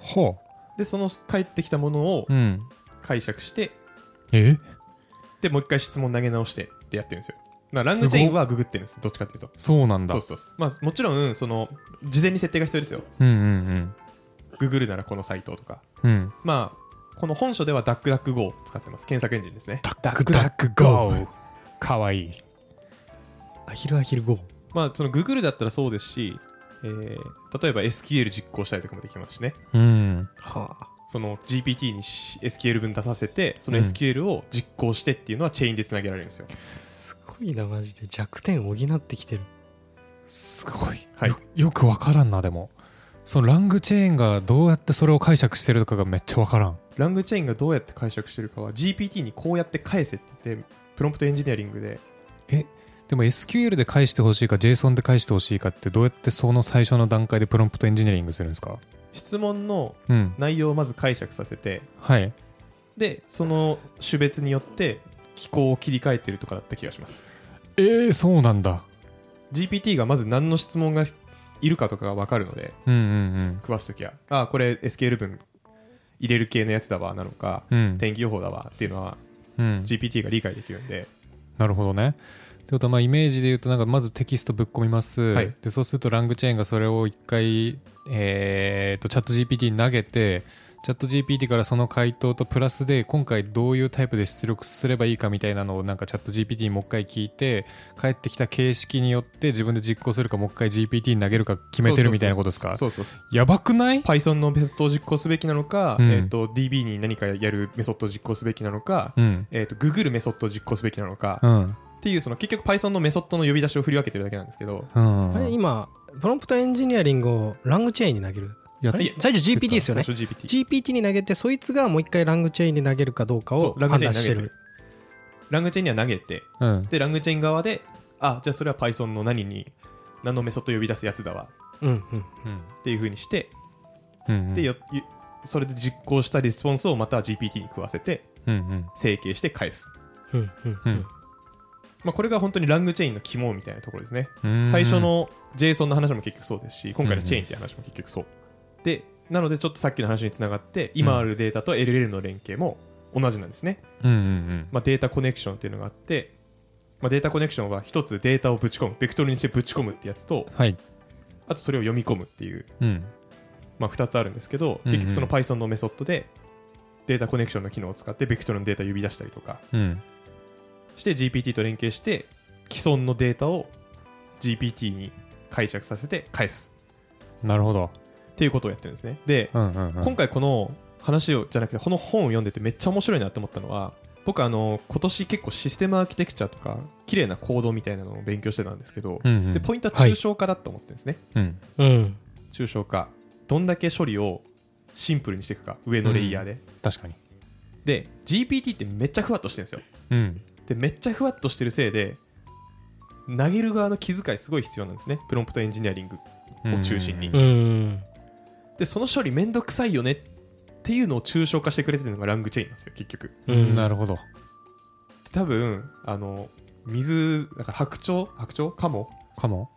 Speaker 3: ほ
Speaker 1: でその返ってきたものを
Speaker 3: う。うん。
Speaker 1: 解釈して
Speaker 3: え
Speaker 1: でもう一回質問投げ直してってやってるんですよなラングチェインはググってるんですどっちかっていうと
Speaker 3: そうなんだ。
Speaker 1: そうそうそうまあもちろんその事前に設定が必要ですよ
Speaker 3: うんうん
Speaker 1: ググるならこのサイトとか
Speaker 3: うん。うん。
Speaker 1: まあ、この本書では DuckDuckGo を使ってます。検索エンジンですね。
Speaker 3: ダックダックゴーかわいい。
Speaker 4: アヒルアヒル GO
Speaker 1: まあ、その Google だったらそうですし、えー例えば SQL 実行したりとかもできますしね。
Speaker 3: うん。
Speaker 4: はあ
Speaker 1: その GPT にし SQL 分出させて、その
Speaker 3: うん
Speaker 1: SQL を実行してっていうのはチェインでつなげられるんですよ。
Speaker 4: すごいなマジで弱点補ってきてる
Speaker 3: すごい。
Speaker 1: はい
Speaker 3: よよくわからんな、でも。そのラングチェーンがどうやってそれを解釈してるのかがめっちゃわからん。
Speaker 1: ラングチェインがどうやって解釈してるかは GPT にこうやって返せって言って、プロンプトエンジニアリングで、
Speaker 3: でも SQL で返してほしいか JSON で返してほしいかってどうやってその最初の段階でプロンプトエンジニアリングするんですか
Speaker 1: 質問の
Speaker 3: うん。
Speaker 1: 内容をまず解釈させて、
Speaker 3: はい。
Speaker 1: で、その種別によって機構を切り替えてるとかだった気がします。
Speaker 3: えー、そうなんだ。
Speaker 1: GPT がまず何の質問がいるかとかが分かるので
Speaker 3: うんうん
Speaker 1: 詳すときはあこれ SQL 文入れる系のやつだわなのか、
Speaker 3: うん。うん。
Speaker 1: 天気予報だわっていうのは
Speaker 3: うん、
Speaker 1: GPT が理解できるんで、
Speaker 3: なるほどね。ってことはまあイメージで言うとなんかまずテキストぶっ込みます、
Speaker 1: はい
Speaker 3: でそうするとラングチェーンがそれを一回、えー、とチャット GPT に投げてチャット GPT からその回答とプラスで今回どういうタイプで出力すればいいかみたいなのをなんかチャット GPT にもう一回聞いて返ってきた形式によって自分で実行するかもう一回 GPT に投げるか決めてるみたいなことですか
Speaker 1: そうそうそう
Speaker 3: やばくない
Speaker 1: Python のメソッドを実行すべきなのか、
Speaker 3: うん
Speaker 1: えっと DB に何かやるメソッドを実行すべきなのか、
Speaker 3: うん
Speaker 1: えっと Google メソッドを実行すべきなのか、
Speaker 3: うん
Speaker 1: っていうその結局 Python のメソッドの呼び出しを振り分けてるだけなんですけど
Speaker 3: うん
Speaker 4: あれ今プロンプトエンジニアリングをラングチェーンに投げる
Speaker 3: やっ
Speaker 4: あれ
Speaker 1: いや
Speaker 4: 最初 GPT ですよね
Speaker 1: 最初 GPT
Speaker 4: GPT に投げてそいつがもう一回ラングチェーンに投げるかどうか
Speaker 1: そ
Speaker 4: を
Speaker 1: うラング
Speaker 4: 判
Speaker 1: チェーンに
Speaker 4: 断し
Speaker 1: 投げ
Speaker 4: て
Speaker 1: てる
Speaker 4: る
Speaker 1: ラングチェーンには投げて
Speaker 3: うん
Speaker 1: でラングチェーン側であじゃあそれは Python の何に何のメソッドを呼び出すやつだわ
Speaker 4: うんうん
Speaker 3: うん
Speaker 1: っていうふうにして、
Speaker 3: うん
Speaker 1: でよゆそれで実行したリスポンスをまた GPT に食わせて
Speaker 3: うんうん
Speaker 1: 整形して返す、
Speaker 4: うんうん
Speaker 3: う
Speaker 4: うんん
Speaker 1: まあ、これが本当にラングチェーンの肝みたいなところですね
Speaker 3: うん
Speaker 1: 最初の JSON の話も結局そうですし今回のチェーンっていう話も結局そう、でなのでちょっとさっきの話につながって今あるデータと LL の連携も同じなんですね、
Speaker 3: うんうん
Speaker 1: まあ、データコネクションっていうのがあって、まあ、データコネクションは一つデータをぶち込むベクトルにしてぶち込むってやつと
Speaker 3: うんはい
Speaker 1: あとそれを読み込むっていう、
Speaker 3: うん
Speaker 1: まあ、2つあるんですけど
Speaker 3: うんうん
Speaker 1: 結局その Python のメソッドでデータコネクションの機能を使ってベクトルのデータを呼び出したりとか
Speaker 3: うん
Speaker 1: して GPT と連携して既存のデータを GPT に解釈させて返す
Speaker 3: なるほど
Speaker 1: っていうことをやってるんですねで、
Speaker 3: うんうんうん
Speaker 1: 今回この話をじゃなくてこの本を読んでてめっちゃ面白いなって思ったのは僕あの今年結構システムアーキテクチャとか綺麗なコードみたいなのを勉強してたんですけど、
Speaker 3: うんうん
Speaker 1: でポイントは抽象化だと思ってるんですね、
Speaker 3: うん
Speaker 4: うん
Speaker 1: 抽象化どんだけ処理をシンプルにしていくか上のレイヤーで、
Speaker 3: 確かに
Speaker 1: で GPT ってめっちゃふわっとしてるんですよ
Speaker 3: うん
Speaker 1: でめっちゃふわっとしてるせいで投げる側の気遣いすごい必要なんですねプロンプトエンジニアリングを中心に
Speaker 3: うん
Speaker 4: う
Speaker 3: うん
Speaker 4: ん
Speaker 1: でその処理めんどくさいよねっていうのを抽象化してくれてるのがラングチェーンなんですよ結局
Speaker 3: う
Speaker 4: うんん
Speaker 3: なるほど
Speaker 1: 多分あの水だから白鳥白鳥カモ
Speaker 3: かも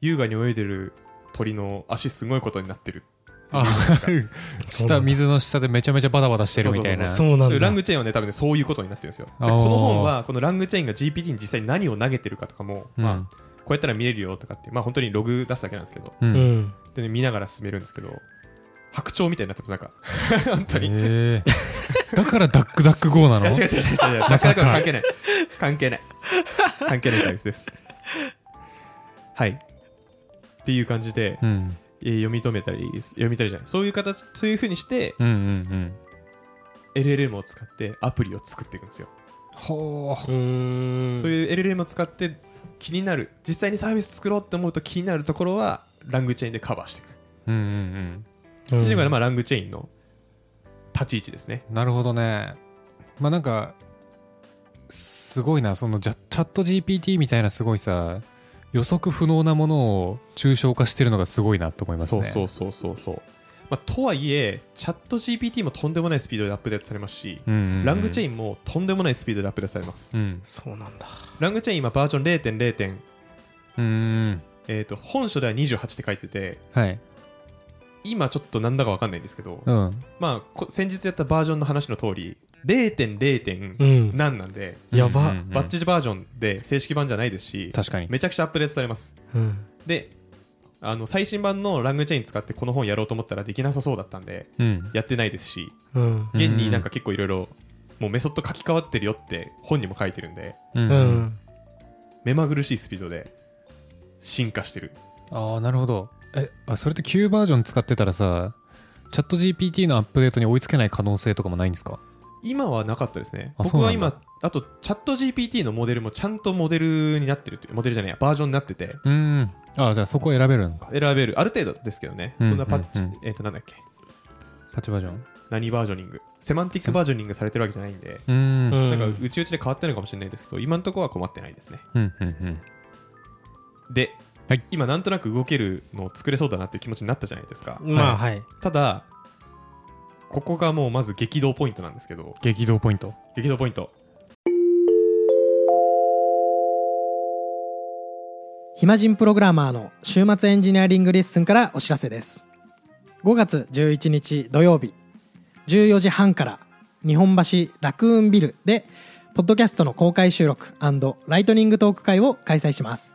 Speaker 1: 優雅に泳いでる鳥の足すごいことになってる
Speaker 3: あ
Speaker 4: そう
Speaker 3: 下
Speaker 4: なんだ
Speaker 3: 水の下でめちゃめちゃバタバタしてるみたいな
Speaker 1: そ
Speaker 4: そうなん
Speaker 1: ラ
Speaker 4: だ
Speaker 1: ングチェーンはね多分ねそういうことになってるんですよでこ
Speaker 3: あー
Speaker 1: の本はこのラングチェーンが GPT に実際に何を投げてるかとかも、
Speaker 3: うん
Speaker 1: まあ、こうやったら見れるよとかってまあ本当にログ出すだけなんですけど
Speaker 3: う
Speaker 4: うんん
Speaker 1: で、ね、見ながら進めるんですけど白鳥みたいになってますなんか本当に、
Speaker 3: へーだからダックダック GO ない
Speaker 1: や
Speaker 3: の
Speaker 1: 違う違う違う違うなかなか関係ない関係ない関係ないサービスですはいっていう感じで、
Speaker 3: うん
Speaker 1: えー読み止めたり読み取りじゃないそういう形そういうふうにして
Speaker 3: うんうんうん。
Speaker 1: LLM を使ってアプリを作っていくんですよ、
Speaker 3: ほ
Speaker 4: うーん
Speaker 1: そういう LLM を使って気になる実際にサービス作ろうって思うと気になるところはラングチェーンでカバーしていく、
Speaker 3: う。うんうん
Speaker 4: うん
Speaker 1: っていうのがまあラングチェーンの立ち位置ですね
Speaker 3: うん。なるほどね。まあなんか、すごいな、そのじゃチャット GPT みたいなすごいさ、予測不能なものを抽象化してるのがすごいなと思います
Speaker 1: そ
Speaker 3: ね。
Speaker 1: うそうそうそうそう、まあ、とはいえチャット GPT もとんでもないスピードでアップデートされますし、
Speaker 3: うんうんうん。
Speaker 1: ラングチェ
Speaker 3: イ
Speaker 1: ーンもとんでもないスピードでアップデートされます、
Speaker 3: ン。
Speaker 4: そうなんだ
Speaker 1: ラングチェーン今バージョン0.0点、
Speaker 3: うん。うん。
Speaker 1: えー、と本書では28って書いてて
Speaker 3: はい。
Speaker 1: 今ちょっとなんだかわかんないんですけど、
Speaker 3: うん。
Speaker 1: まあこ先日やったバージョンの話の通り0.0点
Speaker 4: うん
Speaker 1: 何なんで、
Speaker 4: やば
Speaker 3: うんうんうん
Speaker 1: バッチリバージョンで正式版じゃないですし
Speaker 3: 確かに。
Speaker 1: めちゃくちゃアップデートされます
Speaker 4: うん
Speaker 1: であの最新版のラングチェーン使ってこの本やろうと思ったらできなさそうだったんで
Speaker 3: うん。
Speaker 1: やってないですし
Speaker 4: うん
Speaker 1: 現になんか結構いろいろもうメソッド書き換わってるよって本にも書いてるんで
Speaker 3: う。
Speaker 4: うん
Speaker 3: うん。
Speaker 4: ん
Speaker 1: 目まぐるしいスピードで進化してる
Speaker 3: ああ、なるほど。え、あそれって旧バージョン使ってたらさ、チャット GPT のアップデートに追いつけない可能性とかもないんですか
Speaker 1: 今はなかったですね
Speaker 3: あ
Speaker 1: 僕は
Speaker 3: そうなん
Speaker 1: 今あとチャット GPT のモデルもちゃんとモデルになってるというモデルじゃないやバージョンになってて
Speaker 3: うん。ああ、じゃあそこ選べるのか。
Speaker 1: 選べるある程度ですけどね、
Speaker 3: うん
Speaker 1: そんなパッチ、
Speaker 3: うんうん
Speaker 1: えっ、となんだっけ
Speaker 3: パチバージョン。
Speaker 1: 何バージョニングセマンティックバージョニングされてるわけじゃないんで、
Speaker 3: うん。
Speaker 4: うん
Speaker 1: なんかうちうちで変わってるのかもしれないですけど今のところは困ってないですね
Speaker 3: うんうんうん
Speaker 1: で、
Speaker 3: はい
Speaker 1: 今なんとなく動けるのを作れそうだなっていう気持ちになったじゃないですか、
Speaker 4: まあ
Speaker 1: はい
Speaker 4: はい
Speaker 1: ただここがもうまず激動ポイントなんですけど
Speaker 3: 激動ポイント
Speaker 1: 激動ポイント
Speaker 4: 暇人プログラマーの週末エンジニアリングレッスンからお知らせです5月11日土曜日14時半から日本橋ラクーンビルでポッドキャストの公開収録ライトニングトーク会を開催します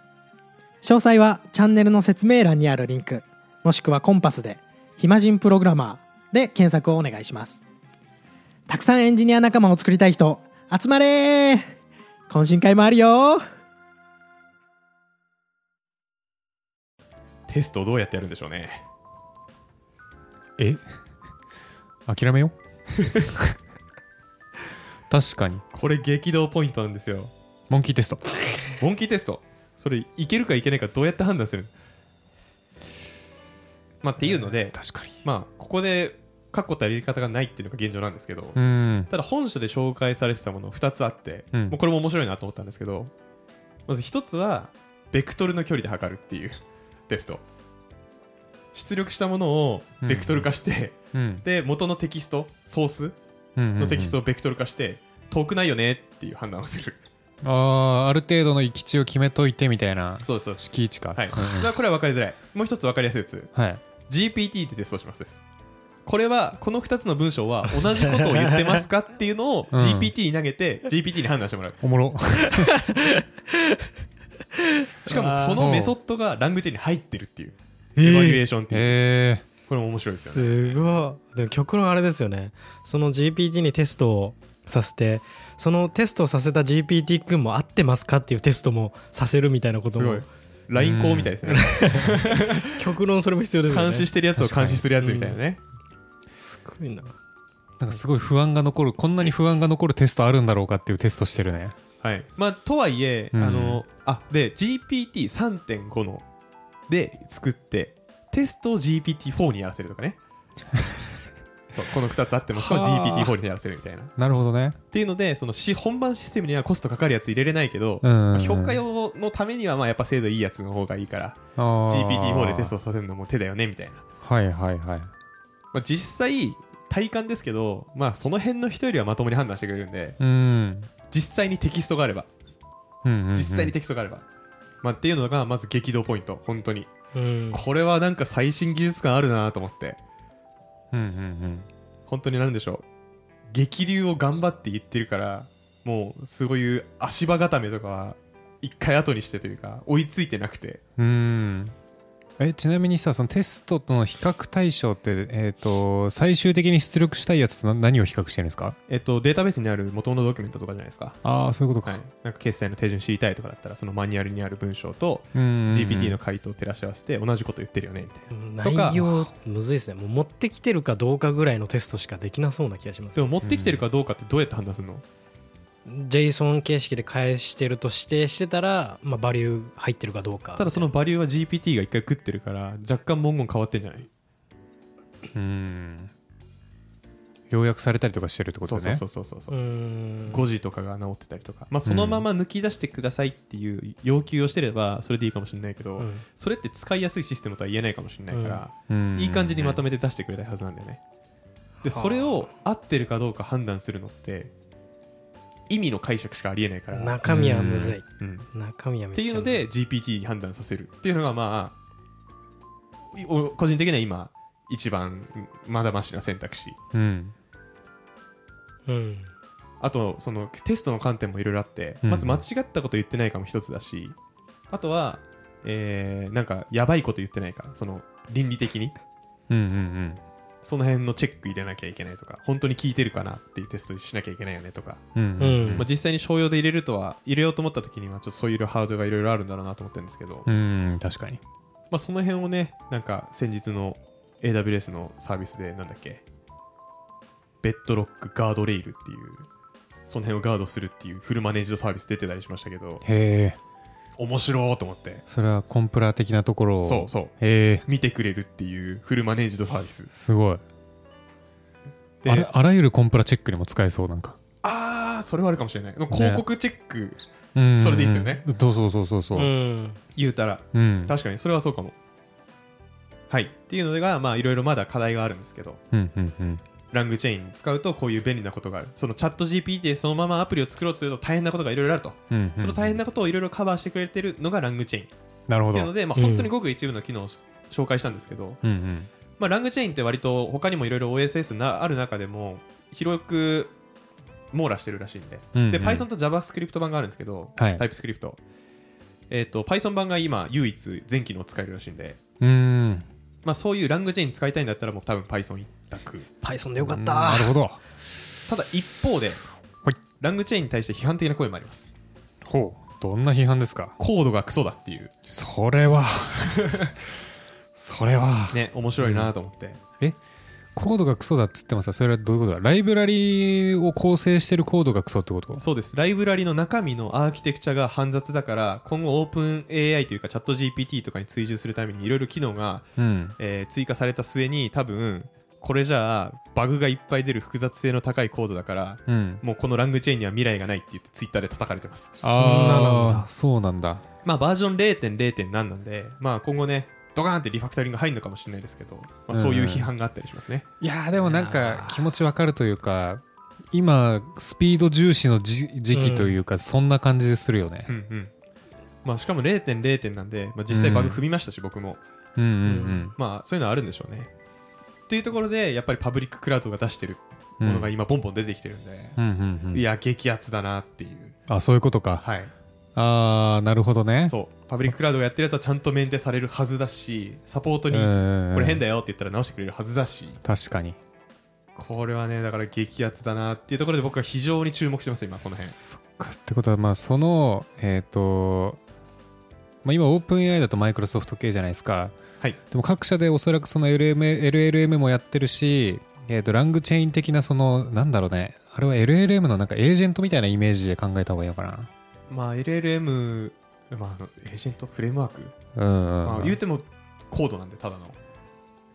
Speaker 4: 詳細はチャンネルの説明欄にあるリンクもしくはコンパスで「暇人プログラマー」で検索をお願いしますたくさんエンジニア仲間を作りたい人集まれー懇親会もあるよー
Speaker 1: テストをどうやってやるんでしょうね。
Speaker 3: え諦めよう 確かに
Speaker 1: これ激動ポイントなんですよ。
Speaker 3: モンキーテスト
Speaker 1: モンキーテスト。それ、いけるかいけないかどうやって判断するまあ、っていうので、
Speaker 3: 確かに
Speaker 1: まあ、ここで確固たるやり方がないっていうのが現状なんですけど、
Speaker 3: うん
Speaker 1: ただ本書で紹介されてたもの2つあって、
Speaker 3: うん
Speaker 1: もうこれも面白いなと思ったんですけどまず1つはベクトルの距離で測るっていうテスト出力したものをベクトル化して、
Speaker 3: うん
Speaker 1: で元のテキストソースの
Speaker 3: の
Speaker 1: テキストをベクトル化して、遠くないよねっていう判断をする
Speaker 3: あーある程度の行き地を決めといてみたいな
Speaker 1: そうですそうです
Speaker 3: 敷地か
Speaker 1: はい、だ
Speaker 3: う
Speaker 1: か
Speaker 3: ん
Speaker 1: らこれは分かりづらいもう1つ分かりやすいやつ
Speaker 3: はい
Speaker 1: GPT でテストしますですこれはこの2つの文章は同じことを言ってますかって いうのを
Speaker 3: うん
Speaker 1: GPT に投げて GPT に判断してもら う
Speaker 3: おもろ
Speaker 1: しかも
Speaker 4: あー
Speaker 1: そのメソッドがラングジェに入ってるっていうエバリュエーションっていう
Speaker 3: へ え
Speaker 1: これも面白いですよね
Speaker 2: すごいでも極論あれですよねその GPT にテストをさせてそのテストをさせた GPT 君も合ってますかっていうテストもさせるみたいなこと
Speaker 1: すごい
Speaker 2: も
Speaker 1: LINE 校みたいですね
Speaker 2: 極論それも必要ですよね
Speaker 1: 監視してるやつを監視するやつみたいなね
Speaker 2: すごいな
Speaker 3: なんかすごい不安が残るこんなに不安が残るテストあるんだろうかっていうテストしてるね
Speaker 1: はいまあとはいえあ
Speaker 3: うん
Speaker 1: のあで GPT3.5 ので作ってテストを GPT4 にやらせると かねそうこの2つあってますから
Speaker 3: はあ
Speaker 1: GPT4 にやらせるみたいな
Speaker 3: なるほどね
Speaker 1: っていうのでそのし本番システムにはコストかかるやつ入れれないけど、
Speaker 3: うんうんうん
Speaker 1: まあ評価用のためにはまあやっぱ精度いいやつの方がいいから
Speaker 3: あ
Speaker 1: GPT4 でテスト
Speaker 3: ト
Speaker 1: させるのも手だよねみたいな、
Speaker 3: はいはいはい
Speaker 1: まあ、実際体感ですけど、まあ、その辺の人よりはまともに判断してくれるんで
Speaker 3: うん
Speaker 1: 実際にテキストがあれば
Speaker 3: うんうんうん
Speaker 1: 実際にテキストがあれば、まあ、っていうのがまず激動ポイント本当に
Speaker 2: うん
Speaker 1: これはなんか最新技術感あるなと思って
Speaker 3: うんうんうん
Speaker 1: 本当に何でしょう激流を頑張って言ってるからもうそういう足場固めとかは一回後にしてというか追いついてなくて
Speaker 3: うーんえちなみにさそのテストとの比較対象って、えー、と最終的に出力したいやつとな何を比較してるんですか
Speaker 1: えっと、データベースにある元のドキュメントとかじゃないですか。
Speaker 3: ああそういうことか、
Speaker 1: はい、なんか決済の手順知りたいとかだったら、そのマニュアルにある文章と
Speaker 3: うーん
Speaker 1: GPT の回答を照らし合わせて、同じこと言ってるよねみたいな。とか
Speaker 2: 内容むずいですねもう持ってきてるかどうかぐらいのテストしかできなそうな気がします
Speaker 1: でも持ってきてるかどうかってどうやって判断するの、
Speaker 2: JSON 形式で返してると指定してたら、まあ、バリュー入ってるかどうか
Speaker 1: ただそのバリューは GPT が一回食ってるから、若干文言変わってんじゃないう
Speaker 3: ーん要約されたりとかしてるってこ
Speaker 1: そ
Speaker 3: と
Speaker 1: う
Speaker 3: ね
Speaker 1: そうそうそうそう
Speaker 2: うーん
Speaker 1: 誤字とかが直ってたりとか、まあ、そのまま抜き出してくださいっていう要求をしてればそれでいいかもしれないけど、
Speaker 2: うん
Speaker 1: それって使いやすいシステムとは言えないかもしれないから、
Speaker 3: うーん
Speaker 1: いい感じにまと
Speaker 3: め
Speaker 1: めて出してくれたはずなんだよね。で、
Speaker 2: はあ
Speaker 1: それを合ってるかどうか判断するのって、意味の解釈しかありえないから、
Speaker 2: 中身はむずい
Speaker 1: うんっ
Speaker 2: 中身はめ
Speaker 1: て
Speaker 2: ちゃ
Speaker 1: いうの
Speaker 2: むず
Speaker 1: で、GPT に判断させるっていうのが、まあ、いお個人的には今、一番まだましな選択肢。
Speaker 3: うん
Speaker 2: うん
Speaker 1: あと、そのテストの観点もいろいろあって、
Speaker 3: うん
Speaker 1: まず間違ったこと言ってないかも一つだし、あとは、えーなんか、やばいこと言ってないか、その倫理的に。
Speaker 3: うんうん
Speaker 1: その辺のチェック入れなきゃいけないとか、本当に聞いてるかなっていうテストしなきゃいけないよねとか、
Speaker 3: うんうん
Speaker 2: うん
Speaker 1: まあ、実際に商用で入れるとは、入れようと思った時には、ちょっとそういうハードルがいろいろあるんだろうなと思ってるんですけど、
Speaker 3: う
Speaker 1: ま
Speaker 3: ん確かに
Speaker 1: あ、その辺をね、なんか先日の AWS のサービスで、なんだっけ、ベッドロックガードレイルっていう、その辺をガードするっていうフルマネージドサービス出てたりしましたけど、
Speaker 3: へえ
Speaker 1: 面白いと思って、
Speaker 3: それはコンプラ的なところを
Speaker 1: そうそう、
Speaker 3: へえ
Speaker 1: 見てくれるっていうフルマネージドサービス。
Speaker 3: すごい
Speaker 1: で
Speaker 3: あれあらゆるコンプラチェックにも使えそうなんか
Speaker 1: あー、それはあるかもしれない。広告チェック、
Speaker 3: うん
Speaker 1: それでいいっすよね
Speaker 3: そうそうそうそうそうう、
Speaker 2: ん
Speaker 1: 言うたら、
Speaker 3: うん
Speaker 1: 確かにそれはそうかも。はい。っていうのが、まあ、いろいろまだ課題があるんですけど、
Speaker 3: うんうんうん
Speaker 1: ラングチェイン使うとこういう便利なことがある。そのチャット GPT でそのままアプリを作ろうとすると大変なことがいろいろあると。
Speaker 3: うんうん
Speaker 1: その大変なことをいろいろカバーしてくれてるのがラングチェイン。っ
Speaker 3: なるほ
Speaker 1: てい
Speaker 3: ど
Speaker 1: うので、まあ、
Speaker 2: うん
Speaker 1: 本当にごく一部の機能を紹介したんですけど、
Speaker 3: うんうん
Speaker 1: まあ、ラングチェインって割と他にもいろいろ OSS なある中でも、広く網羅してるらしいんで。
Speaker 3: うんうん
Speaker 1: で、Python と JavaScript 版があるんですけど、
Speaker 3: はい
Speaker 1: TypeScript。えっ、と、Python 版が今、唯一全機能使えるらしいんで、
Speaker 3: うーん
Speaker 1: まあ、そういうラングジェイン使いたいんだったらもう多分 Python 一
Speaker 3: 全く
Speaker 2: Python でよかっ
Speaker 3: な
Speaker 2: た
Speaker 3: るほど
Speaker 1: ただ一方で、
Speaker 3: はい
Speaker 1: ラングチェーンに対して批判的な声もあります
Speaker 3: ほうどんな批判ですか
Speaker 1: コードがクソだっていう
Speaker 3: それ はそれは
Speaker 1: ね面白いなと思って、
Speaker 3: コードがクソだっつってもさそれはどういうことだライブラリを構成してるコードがクソってこと
Speaker 1: そうですライブラリの中身のアーキテクチャが煩雑だから今後オープン AI というかチャット GPT とかに追従するためにいろいろ機能が、
Speaker 3: うん
Speaker 1: えー追加された末に多分これじゃあバグがいっぱい出る複雑性の高いコードだから
Speaker 3: うん
Speaker 1: もうこのラングチェーンには未来がないって言ってツイッターで叩かれてます
Speaker 2: そんななん
Speaker 3: あー
Speaker 2: だ
Speaker 3: そうなんだ
Speaker 1: まあバージョン0.0.7なんでまあ今後ねドカーンってリファクタリング入るのかもしれないですけど、まあ、そういう批判があったりしますね、
Speaker 3: いやーでもなんか気持ちわかるというか今スピード重視のじ時期というか、そんな感じするよね
Speaker 1: う、んうんまあ、しかも0.0点なんで、まあ、実際バグ踏みましたし、僕も
Speaker 3: うん、うん
Speaker 1: まあそういうのはあるんでしょうねというところでやっぱりパブリッククラウドが出してる
Speaker 3: うん
Speaker 1: ものが今ボンボン出てきてるんで、
Speaker 3: うんうんうんうん
Speaker 1: いや激アツだなっていう
Speaker 3: あそういうことか
Speaker 1: はい
Speaker 3: あーなるほどね
Speaker 1: そうパブリッククラウドがやってるやつはちゃんとメンテされるはずだしサポートに
Speaker 3: ん
Speaker 1: これ変だ
Speaker 3: よ
Speaker 1: よって言ったら直してくれるはずだし
Speaker 3: 確かに
Speaker 1: これはねだから激アツだなっていうところで僕は非常に注目してます今この辺
Speaker 3: そっかってことはまあそのえっ、とまあ、今、オープン AI だとマイクロソフト系じゃないですか。
Speaker 1: はい
Speaker 3: でも各社でおそらくその LM LLM もやってるし、えー、とラングチェーン的なそのなんだろうねあれは LLM のなんかエージェントみたいなイメージで考えた方がいいのか
Speaker 1: まあ LLM まああのエージェントフレームワーク、
Speaker 3: なうんうんうん、
Speaker 1: まあ、言うてもコードなんでただの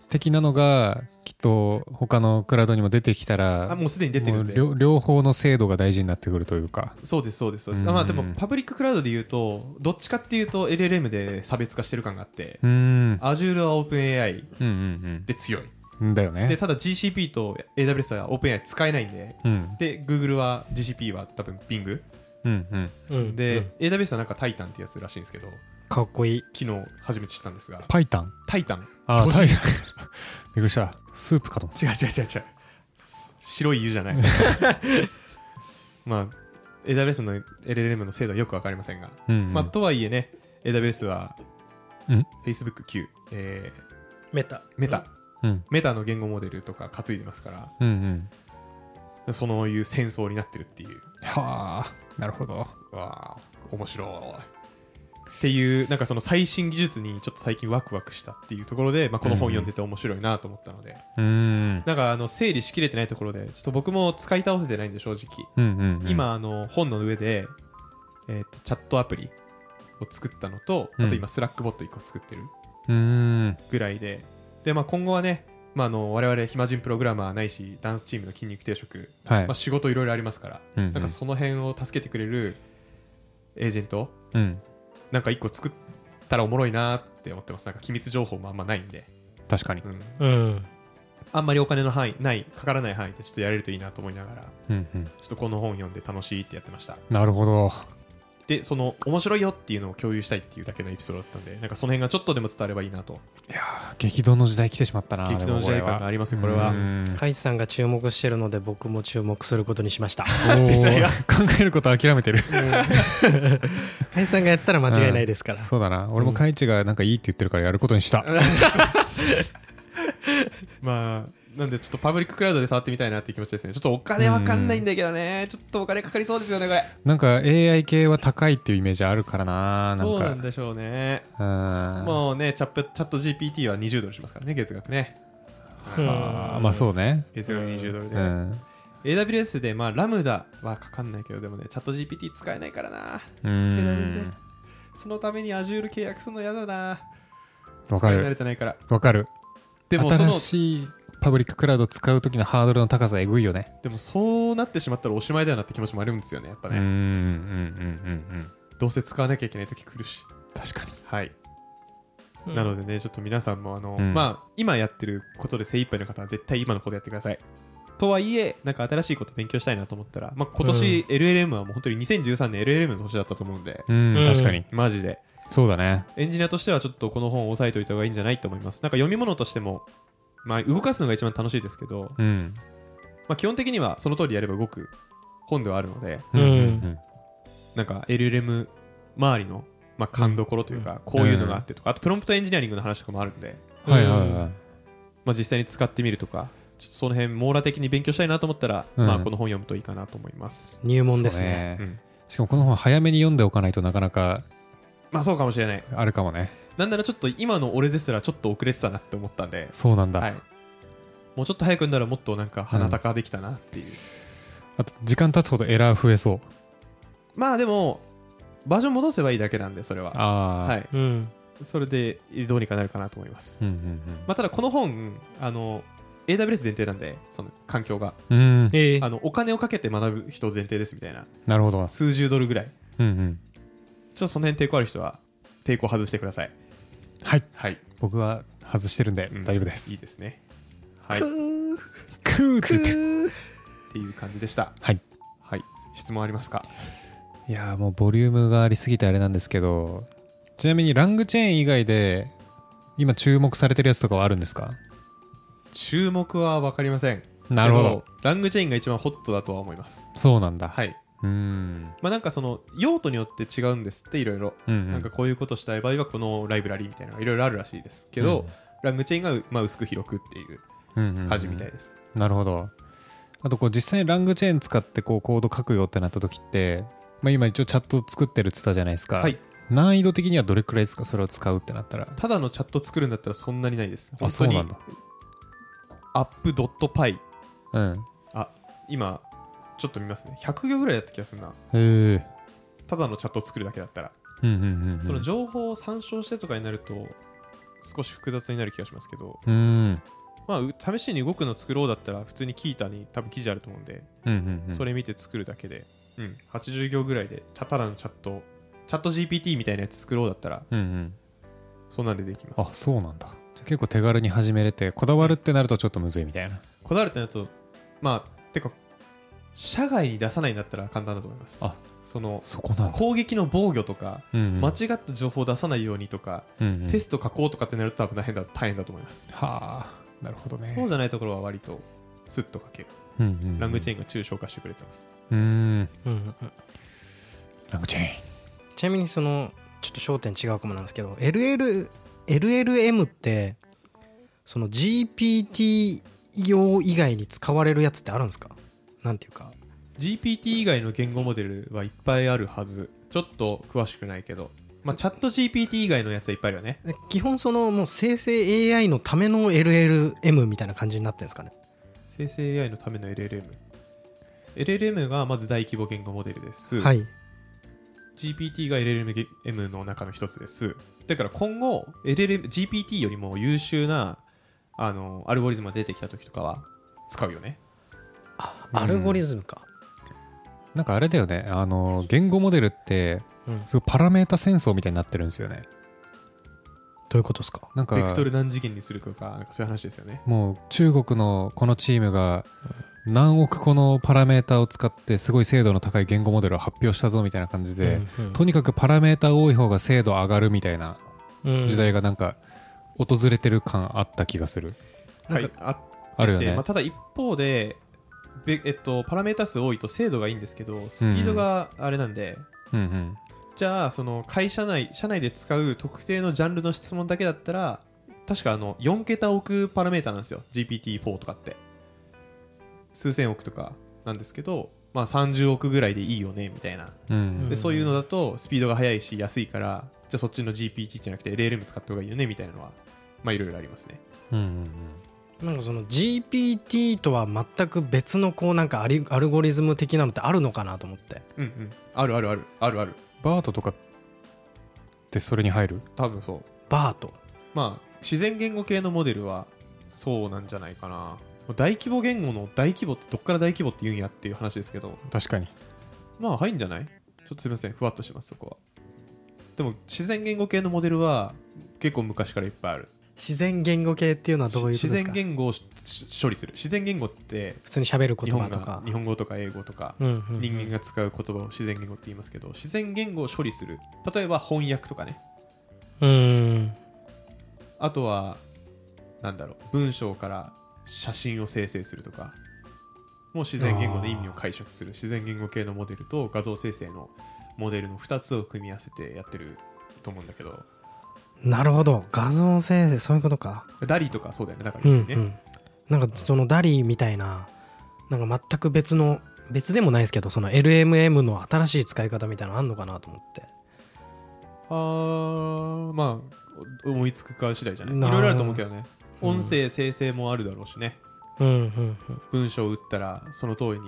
Speaker 3: 的なのがきっと他のクラウドにも出てきたら
Speaker 1: あもうすでに出てるん
Speaker 3: もう
Speaker 1: で
Speaker 3: 両両方の精度が大事になってくるというか
Speaker 1: そうですそうですそう
Speaker 3: う
Speaker 1: で
Speaker 3: ん
Speaker 1: す、あまあでもパブリッククラウドで言うとどっちかっていうと LLM で差別化してる感があって、
Speaker 3: うん
Speaker 1: Azure は OpenAI
Speaker 3: うんうん
Speaker 1: で強い
Speaker 3: うんだよ
Speaker 1: で
Speaker 3: ね
Speaker 1: ただ GCP と AWS は OpenAI 使えないんで
Speaker 3: うん
Speaker 1: で Google は GCP は多分 Bing
Speaker 3: うんうん
Speaker 2: うん
Speaker 1: で、
Speaker 2: うん
Speaker 1: AWS はなんか Titan ってやつらしいんですけど
Speaker 2: かっこいい
Speaker 1: 昨日初めて知ったんですが
Speaker 3: パイタン
Speaker 1: Titan
Speaker 3: あ
Speaker 1: 巨人
Speaker 3: タ イタンびっくりしたスープかと思っ
Speaker 1: 違う違う違う違うす白い湯じゃない まあ AWS の LLM の精度はよくわかりませんが
Speaker 3: た、うんうん
Speaker 1: まあ、とはいえね、AWS は、
Speaker 3: うん
Speaker 1: FacebookQ、えー
Speaker 2: メタ
Speaker 1: メタ、
Speaker 3: うん
Speaker 1: メタの言語モデルとか担いでますか
Speaker 3: うんうん
Speaker 1: ら、そういう戦争になってるっていう、
Speaker 3: はあなるほど
Speaker 1: わあ、面白い。っていう、なんかその最新技術にちょっと最近ワクワクしたっていうところで、まあ、この本読んでて面白いなと思ったので、
Speaker 3: うんうん
Speaker 1: なんかあの整理しきれてないところで、ちょっと僕も使い倒せてないんで、正直。
Speaker 3: うんうんうん
Speaker 1: 今あの本の上で、えー、とチャットアプリを作ったのと、あと
Speaker 3: うん
Speaker 1: 今スラックボット1個作ってる
Speaker 3: うん
Speaker 1: ぐらいで、で、まあ、今後はね、まあ、あの我々暇人プログラマーないし、ダンスチームの筋肉定食、
Speaker 3: はい、
Speaker 1: まあ、仕事いろいろありますから、
Speaker 3: うんうん
Speaker 1: なんかその辺を助けてくれるエージェント、
Speaker 3: うん
Speaker 1: なんか一個作ったらおもろいなって思ってます。なんか機密情報もあんまないんで、
Speaker 3: 確かに
Speaker 1: うん、
Speaker 2: うん
Speaker 1: あんまりお金の範囲、ない、かからない範囲でちょっとやれるといいなと思いながら、ち
Speaker 3: うんうん
Speaker 1: ょっとこの本読んで楽しいってやってました。
Speaker 3: なるほど
Speaker 1: で、その面白いよっていうのを共有したいっていうだけのエピソードだったんで、なんかその辺がちょっとでも伝わればいいなと、
Speaker 3: いやー激動の時代来てしまったな
Speaker 1: 激動の時代感がありますよこれは
Speaker 3: うん
Speaker 2: カイさんが注目してるので僕も注目することにしま した
Speaker 3: お お考えること諦めてる
Speaker 2: カイさんがやってたら間違いないですから、
Speaker 3: そうだな俺もカイチがなんかいいって言ってるからやることにした、
Speaker 1: まあ、なんでちょっとパブリッククラウドで触ってみたいなっていう気持ちですね。ちょっとお金わかんないんだけどね。ちょっとお金かかりそうですよね、これ。
Speaker 3: なんか AI 系は高いっていうイメージあるからななんか
Speaker 1: そうなんでしょうね。
Speaker 3: うん
Speaker 1: もうね、チャップチャット GPT は20ドルしますからね、月額ね。
Speaker 2: うん
Speaker 3: あーまあそうね
Speaker 1: 月額20ドルで。
Speaker 3: うん
Speaker 1: AWS で、まあ、ラムダはかかんないけど、でもね、チャット GPT 使えないからな。う
Speaker 3: う
Speaker 1: ん
Speaker 3: ん
Speaker 1: そのために Azure 契約するの嫌だな。
Speaker 3: わか
Speaker 1: 使い慣れ
Speaker 3: る
Speaker 1: てないから。
Speaker 3: わかる
Speaker 1: でも、そ
Speaker 3: 新
Speaker 1: の、
Speaker 3: しいパブリッククラウド使う時のハードルの高さえぐいよね
Speaker 1: でもそうなってしまったらおしまいだよなって気持ちもあるんですよね、やっぱ
Speaker 3: うん
Speaker 1: ね。
Speaker 3: うんうんうん
Speaker 1: どうせ使わなきゃいけない時来るし。
Speaker 3: 確かに
Speaker 1: はい。
Speaker 2: うん
Speaker 1: なのでね、ちょっと皆さんも、あの、
Speaker 3: うん
Speaker 1: まあ、今やってることで精一杯の方は絶対今のことやってください。とはいえ、なんか新しいこと勉強したいなと思ったら、まあ、今年 LLM はもう本当に2013年 LLM の年だったと思うんで、
Speaker 3: うん確かに
Speaker 1: マジで。
Speaker 3: そうだね
Speaker 1: エンジニアとしてはちょっとこの本を押さえておいた方がいいんじゃないと思います。なんか読み物としても、まあ、動かすのが一番楽しいですけど、
Speaker 3: うん
Speaker 1: まあ、基本的にはその通りやれば動く本ではあるので、
Speaker 2: うん
Speaker 1: なんか LLM 周りの、まあ、勘どころというか、こういうのがあってとか、あとプロンプトエンジニアリングの話とかもあるんで、
Speaker 3: はいはいはい
Speaker 1: まあ、実際に使ってみるとか、ちょっとその辺網羅的に勉強したいなと思ったら、
Speaker 3: うん
Speaker 1: まあ、この本読むといいかなと思います。
Speaker 2: 入門ですね
Speaker 3: そう
Speaker 1: うん
Speaker 3: しかもこの本早めに読んでおかないとなかなか
Speaker 1: まあそうかもしれない。
Speaker 3: あるかもね
Speaker 1: なんならちょっと今の俺ですらちょっと遅れてたなって思ったんで、
Speaker 3: そうなんだ、
Speaker 1: はい、もうちょっと早く読んだらもっとなんか鼻高できたなっていう。
Speaker 3: あと時間経つほどエラー増えそう
Speaker 1: まあでも、バージョン戻せばいいだけなんで、それは。
Speaker 3: ああー
Speaker 1: はい、
Speaker 2: うん
Speaker 1: それでどうにかなるかなと思います。
Speaker 3: うんうん
Speaker 1: まあ、ただこの本あの AWS 前提なんでその環境が
Speaker 3: うんうん
Speaker 2: ええ
Speaker 1: あのお金をかけて学ぶ人前提ですみたいな
Speaker 3: なるほど
Speaker 1: 数十ドルぐらい
Speaker 3: うんうん
Speaker 1: ちょっとその辺抵抗ある人は抵抗外してください
Speaker 3: はい
Speaker 1: はい、
Speaker 3: 僕は外してるんで
Speaker 1: うん
Speaker 3: 大丈夫です、
Speaker 1: いいですねはいっ
Speaker 3: クーって言ってる
Speaker 1: ていう感じでした
Speaker 3: はい
Speaker 1: はい質問ありますか
Speaker 3: いやーもうボリュームがありすぎてあれなんですけどちなみにラングチェーン以外で今注目されてるやつとかはあるんですか
Speaker 1: 注目は分かりません
Speaker 3: なるほ
Speaker 1: け
Speaker 3: ど
Speaker 1: ラングチェインが一番ホットだとは思います
Speaker 3: そうなんだ、
Speaker 1: はい
Speaker 3: うん
Speaker 1: まあなんかその用途によって違うんですっていろいろ
Speaker 3: うんうん
Speaker 1: なんかこういうことしたい場合はこのライブラリみたいなのがいろいろあるらしいですけど、
Speaker 3: うん
Speaker 1: ラングチェインがまあ薄く広くっていう感じみたい
Speaker 3: な
Speaker 1: です、
Speaker 3: なるほどあとこう実際にラングチェーン使ってこうコード書くよってなった時って、まあ、今一応チャット作ってるって言ったじゃないですか、
Speaker 1: はい、
Speaker 3: 難易度的にはどれくらいですかそれを使うってなったら
Speaker 1: ただのチャット作るんだったらそんなにないです
Speaker 3: あそうなんだ
Speaker 1: アップドットパイ
Speaker 3: うん
Speaker 1: 今ちょっと見ますね100行ぐらいだった気がするな
Speaker 3: へえ
Speaker 1: ただのチャットを作るだけだったら、
Speaker 3: うんうんうんうん
Speaker 1: その情報を参照してとかになると少し複雑になる気がしますけど、
Speaker 3: うん
Speaker 1: まあう、試しに動くの作ろうだったら普通にキータに多分記事あると思うんで、
Speaker 3: うんうんうん
Speaker 1: それ見て作るだけで、うん、80行ぐらいでチャただのチャットチャット GPT みたいなやつ作ろうだったら
Speaker 3: うんうん
Speaker 1: そんなんでできます
Speaker 3: あそうなんだじゃあ結構手軽に始めれてこだわるってなるとちょっとむずいみたいな
Speaker 1: こだわるってなるとまあてか社外に出さないんだったら簡単だと思います
Speaker 3: あ
Speaker 1: その
Speaker 3: そこなんだ、
Speaker 1: 攻撃の防御とか、
Speaker 3: うんうん
Speaker 1: 間違った情報を出さないようにとか、
Speaker 3: うんうん
Speaker 1: テスト書こうとかってなると多分大変だ大変だと思います、
Speaker 3: はあなるほどね
Speaker 1: そうじゃないところは割とスッと書ける、
Speaker 3: うんうんうん
Speaker 1: ラングチェーンが抽象化してくれてます
Speaker 3: うん
Speaker 2: うんうん
Speaker 3: ラングチェーン
Speaker 2: ちなみにそのちょっと焦点違うかもなんですけど LL LLM ってその GPT 用以外に使われるやつってあるんですかなんていうか
Speaker 1: GPT 以外の言語モデルはいっぱいあるはずちょっと詳しくないけどまあチャット GPT 以外のやつはいっぱいあるよね
Speaker 2: で基本そのもう生成 AI のための LLM みたいな感じになってるんですかね
Speaker 1: 生成 AI のための LLM LLM がまず大規模言語モデルです、
Speaker 2: はい、
Speaker 1: GPT が LLM の中の一つですだから今後 LLM GPT よりも優秀なあのアルゴリズムが出てきた時とかは使うよね
Speaker 3: うん
Speaker 2: アルゴリズムか、
Speaker 3: なんかあれだよねあの言語モデルって
Speaker 2: うんど
Speaker 3: すごいパラメータ戦争みたいになってるんですよね
Speaker 2: ういうことですか
Speaker 3: なんか
Speaker 1: ベクトル何次元にするとかなんかそういう話ですよね
Speaker 3: もう中国のこのチームが何億個のパラメータを使ってすごい精度の高い言語モデルを発表したぞみたいな感じで、
Speaker 2: うんうん
Speaker 3: とにかくパラメータ多い方が精度上がるみたいな
Speaker 2: うん
Speaker 3: 時代がなんか訪れてる感あった気がする、
Speaker 2: な
Speaker 1: は
Speaker 2: んか
Speaker 1: いあっ
Speaker 3: あるよ
Speaker 1: て
Speaker 3: ね
Speaker 1: まあ、ただ一方でべえっと、パラメータ数多いと精度がいいんですけどスピードがあれなんで、
Speaker 3: うんうん
Speaker 1: じゃあその会社内社内で使う特定のジャンルの質問だけだったら確かあの4桁億パラメータなんですよ GPT4 とかって数千億とかなんですけど、まあ、30億ぐらいでいいよねみたいな
Speaker 3: うん
Speaker 2: う
Speaker 1: で
Speaker 2: ん
Speaker 1: そういうのだとスピードが速いし安いからじゃあそっちの GPT じゃなくて LLM 使った方がいいよねみたいなのはまあいろいろありますね
Speaker 3: うんうん
Speaker 2: なんかその GPT とは全く別のこうなんかアリアルゴリズム的なのってあるのかなと思って
Speaker 1: うんうんあるあるあるあるある
Speaker 3: バートとかってそれに入る
Speaker 1: 多分そう
Speaker 2: バート
Speaker 1: まあ自然言語系のモデルはそうなんじゃないかな大規模言語の大規模ってどっから大規模って言うんやっていう話ですけど
Speaker 3: 確かに
Speaker 1: まあ入んじゃないちょっとすみませんふわっとしてますそこはでも自然言語系のモデルは結構昔からいっぱいある
Speaker 2: 自然言語系っていうのはどういうこと
Speaker 1: 自
Speaker 2: で
Speaker 1: 然
Speaker 2: すか
Speaker 1: 言語をし処理する自然言語って
Speaker 2: 普通に喋る
Speaker 1: 日
Speaker 2: 言葉
Speaker 1: 本
Speaker 2: と
Speaker 1: が
Speaker 2: か
Speaker 1: 日本語とか英語とか
Speaker 2: うんうんうん
Speaker 1: 人間が使う言葉を自然言語って言いますけど自然言語を処理する例えば翻訳とかね
Speaker 2: うん
Speaker 1: あとは、なんだろう、文章から写真を生成するとか、もう自然言語で意味を解釈する、自然言語系のモデルと画像生成のモデルの2つを組み合わせてやってると思うんだけど、
Speaker 2: なるほど画像生成そういうことか
Speaker 1: ダリとかそうだよね、だから
Speaker 2: う
Speaker 1: で
Speaker 2: ん
Speaker 1: す
Speaker 2: う
Speaker 1: よね。
Speaker 2: んなんかそのダリーみたいななんか全く別の別でもないですけどその LMM の新しい使い方みたいなのあんのかなと思って
Speaker 1: あーまあお思いつくか次第じゃないい
Speaker 2: なあ
Speaker 1: ろいろあると思うけどね
Speaker 2: うん
Speaker 1: 音声生成もあるだろうしね、
Speaker 2: うんうん
Speaker 1: 文章を打ったらその通り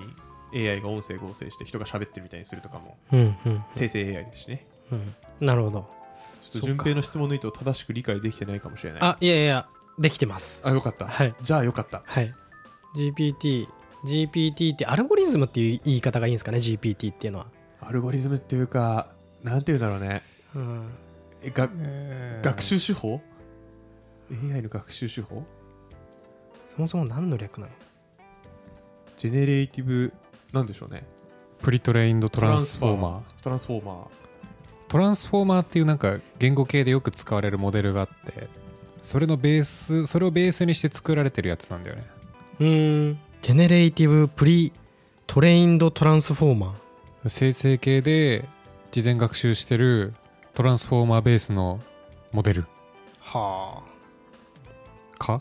Speaker 1: に AI が音声合成して人が喋ってるみたいにするとかも
Speaker 2: うんうんうん
Speaker 1: 生成 AI ですしね
Speaker 2: うんなるほど
Speaker 1: ちょっと順平の質問の意図を正しく理解できてないかもしれない
Speaker 2: あいやいやできてます
Speaker 1: あよかった、
Speaker 2: はい
Speaker 1: じゃあよかった
Speaker 2: はい GPT GPT ってアルゴリズムっていう言い方がいいんですかね GPT っていうのは、
Speaker 1: アルゴリズムっていうかなんていうんだろうね
Speaker 2: うん、
Speaker 1: えが学習手法 AI の学習手法
Speaker 2: そもそも何の略なの
Speaker 1: ジェネレーティブなんでしょうね
Speaker 3: プリトレインドトランスフォーマー
Speaker 1: トランスフォーマ
Speaker 3: トランスフォーマーっていうなんか言語系でよく使われるモデルがあってそれのベースそれをベースにして作られてるやつなんだよね
Speaker 2: うーんジェネレイティブプリトレインドトランスフォーマ
Speaker 3: 生成系で事前学習してるトランスフォーマーベースのモデル
Speaker 2: ーは
Speaker 3: か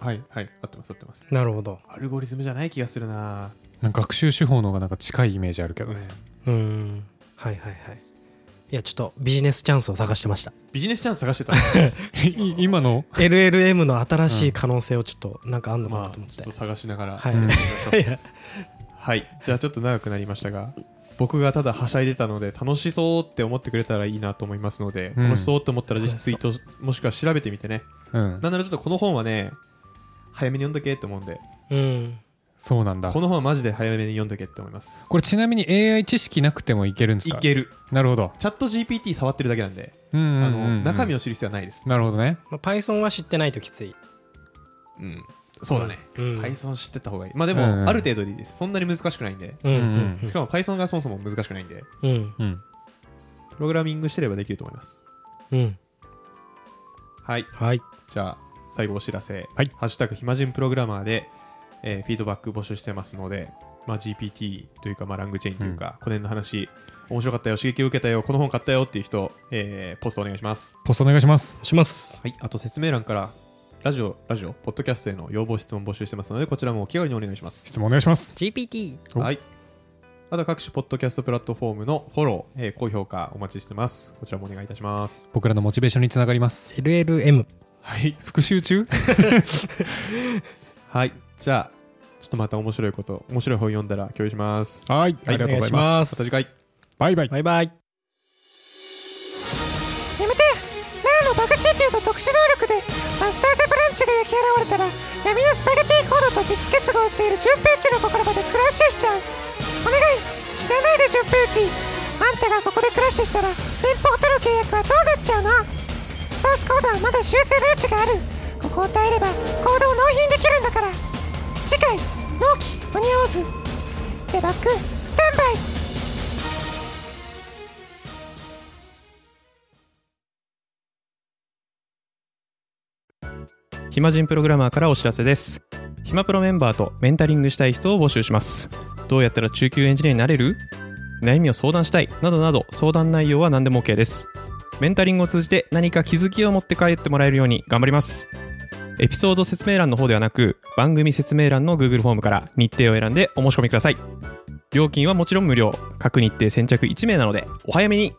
Speaker 1: ーはいはい合ってます合ってます
Speaker 2: あなるほど
Speaker 1: アルゴリズムじゃない気がするな
Speaker 3: なんか学習手法の方がなんか近いイメージあるけどね
Speaker 2: うーんはいはいはいいやちょっとビジネスチャンスを探してました
Speaker 1: ビジネスチャンス探してた
Speaker 3: い今の
Speaker 2: LLM の新しい可能性をちょっとなんかあんのかな
Speaker 1: ま
Speaker 2: と
Speaker 1: あ
Speaker 2: 思っ
Speaker 1: ち
Speaker 2: て、
Speaker 1: ょっと探しながら、
Speaker 2: はい、
Speaker 3: うん
Speaker 1: はいじゃあちょっと長くなりましたが僕がただはしゃいでたので楽しそうって思ってくれたらいいなと思いますので、
Speaker 3: うん
Speaker 1: 楽しそうって思ったらぜひツイートもしくは調べてみてね
Speaker 3: うん
Speaker 1: なんならちょっとこの本はね早めに読んどけって思うんで
Speaker 2: うん
Speaker 3: そうなんだ
Speaker 1: この本はマジで早めに読んどけって思います
Speaker 3: これちなみに AI 知識なくてもいけるんです
Speaker 1: い
Speaker 3: か
Speaker 1: ける
Speaker 3: なるほど
Speaker 1: チャット GPT 触ってるだけなんで、
Speaker 3: うんうん
Speaker 1: あ
Speaker 3: うんうん
Speaker 1: の中身を知る必要はないです、
Speaker 3: なるほどね
Speaker 2: まあ、Python は知ってないときつい
Speaker 1: うん、そうだね、
Speaker 2: うん、
Speaker 1: Python 知ってた方がいいまあで
Speaker 3: うんうん
Speaker 1: もある程度でいいですそんなに難しくないんで
Speaker 2: うんうん
Speaker 1: しかも Python がそもそも難しくないんで
Speaker 2: うんうん
Speaker 3: うん
Speaker 1: プログラミングしてればできると思います
Speaker 2: うん
Speaker 1: はい
Speaker 2: はい
Speaker 1: じゃあ最後お知らせ「
Speaker 3: はい
Speaker 1: ハッシュタグ暇人プログラマーで」えーフィードバック募集してますので、まあ、GPT というか、まあ、ラングチェーンというか、この辺の話面白かったよ刺激を受けたよこの本買ったよっていう人、えーポストお願いします
Speaker 3: ポストお願いします
Speaker 2: します
Speaker 1: はい、あと説明欄からラジオ、ラジオ、ポッドキャストへの要望、質問募集してますので、こちらもお気軽にお願いします。
Speaker 3: 質問お願いします
Speaker 2: GPT
Speaker 3: お
Speaker 1: はい。あと各種ポッドキャストプラットフォームのフォロー、えー高評価お待ちしてます。こちらもお願いいたします。
Speaker 3: 僕らのモチベーションにつながります
Speaker 2: LLM
Speaker 1: はい。
Speaker 3: 復習中
Speaker 1: はい。じゃあ、ちょっとまた面白いこと、面白い本読んだら共有します。ま
Speaker 3: はいありがとうございま
Speaker 1: た
Speaker 3: す
Speaker 1: 次回。
Speaker 3: バイバイ
Speaker 2: バイバイ
Speaker 5: やめてラーのバカ集計と特殊能力でマスター・ザ・ブランチが焼き現れたら闇のスパゲティコードと密結合している純平地の心までクラッシュしちゃうお願い死なないで純平地あんたがここでクラッシュしたら先方との契約はどうなっちゃうのソースコードはまだ修正の余地があるここを耐えればコードを納品できるんだから次回納期間に合わずデバッグスタンバイ
Speaker 1: 暇人プログラマーからお知らせです暇プロメンバーとメンタリングしたい人を募集しますどうやったら中級エンジニアになれる悩みを相談したいなどなど相談内容は何でも OK ですメンタリングを通じて何か気づきを持って帰ってもらえるように頑張りますエピソード説明欄の方ではなく番組説明欄の Google フォームから日程を選んでお申し込みください料金はもちろん無料各日程先着1名なのでお早めに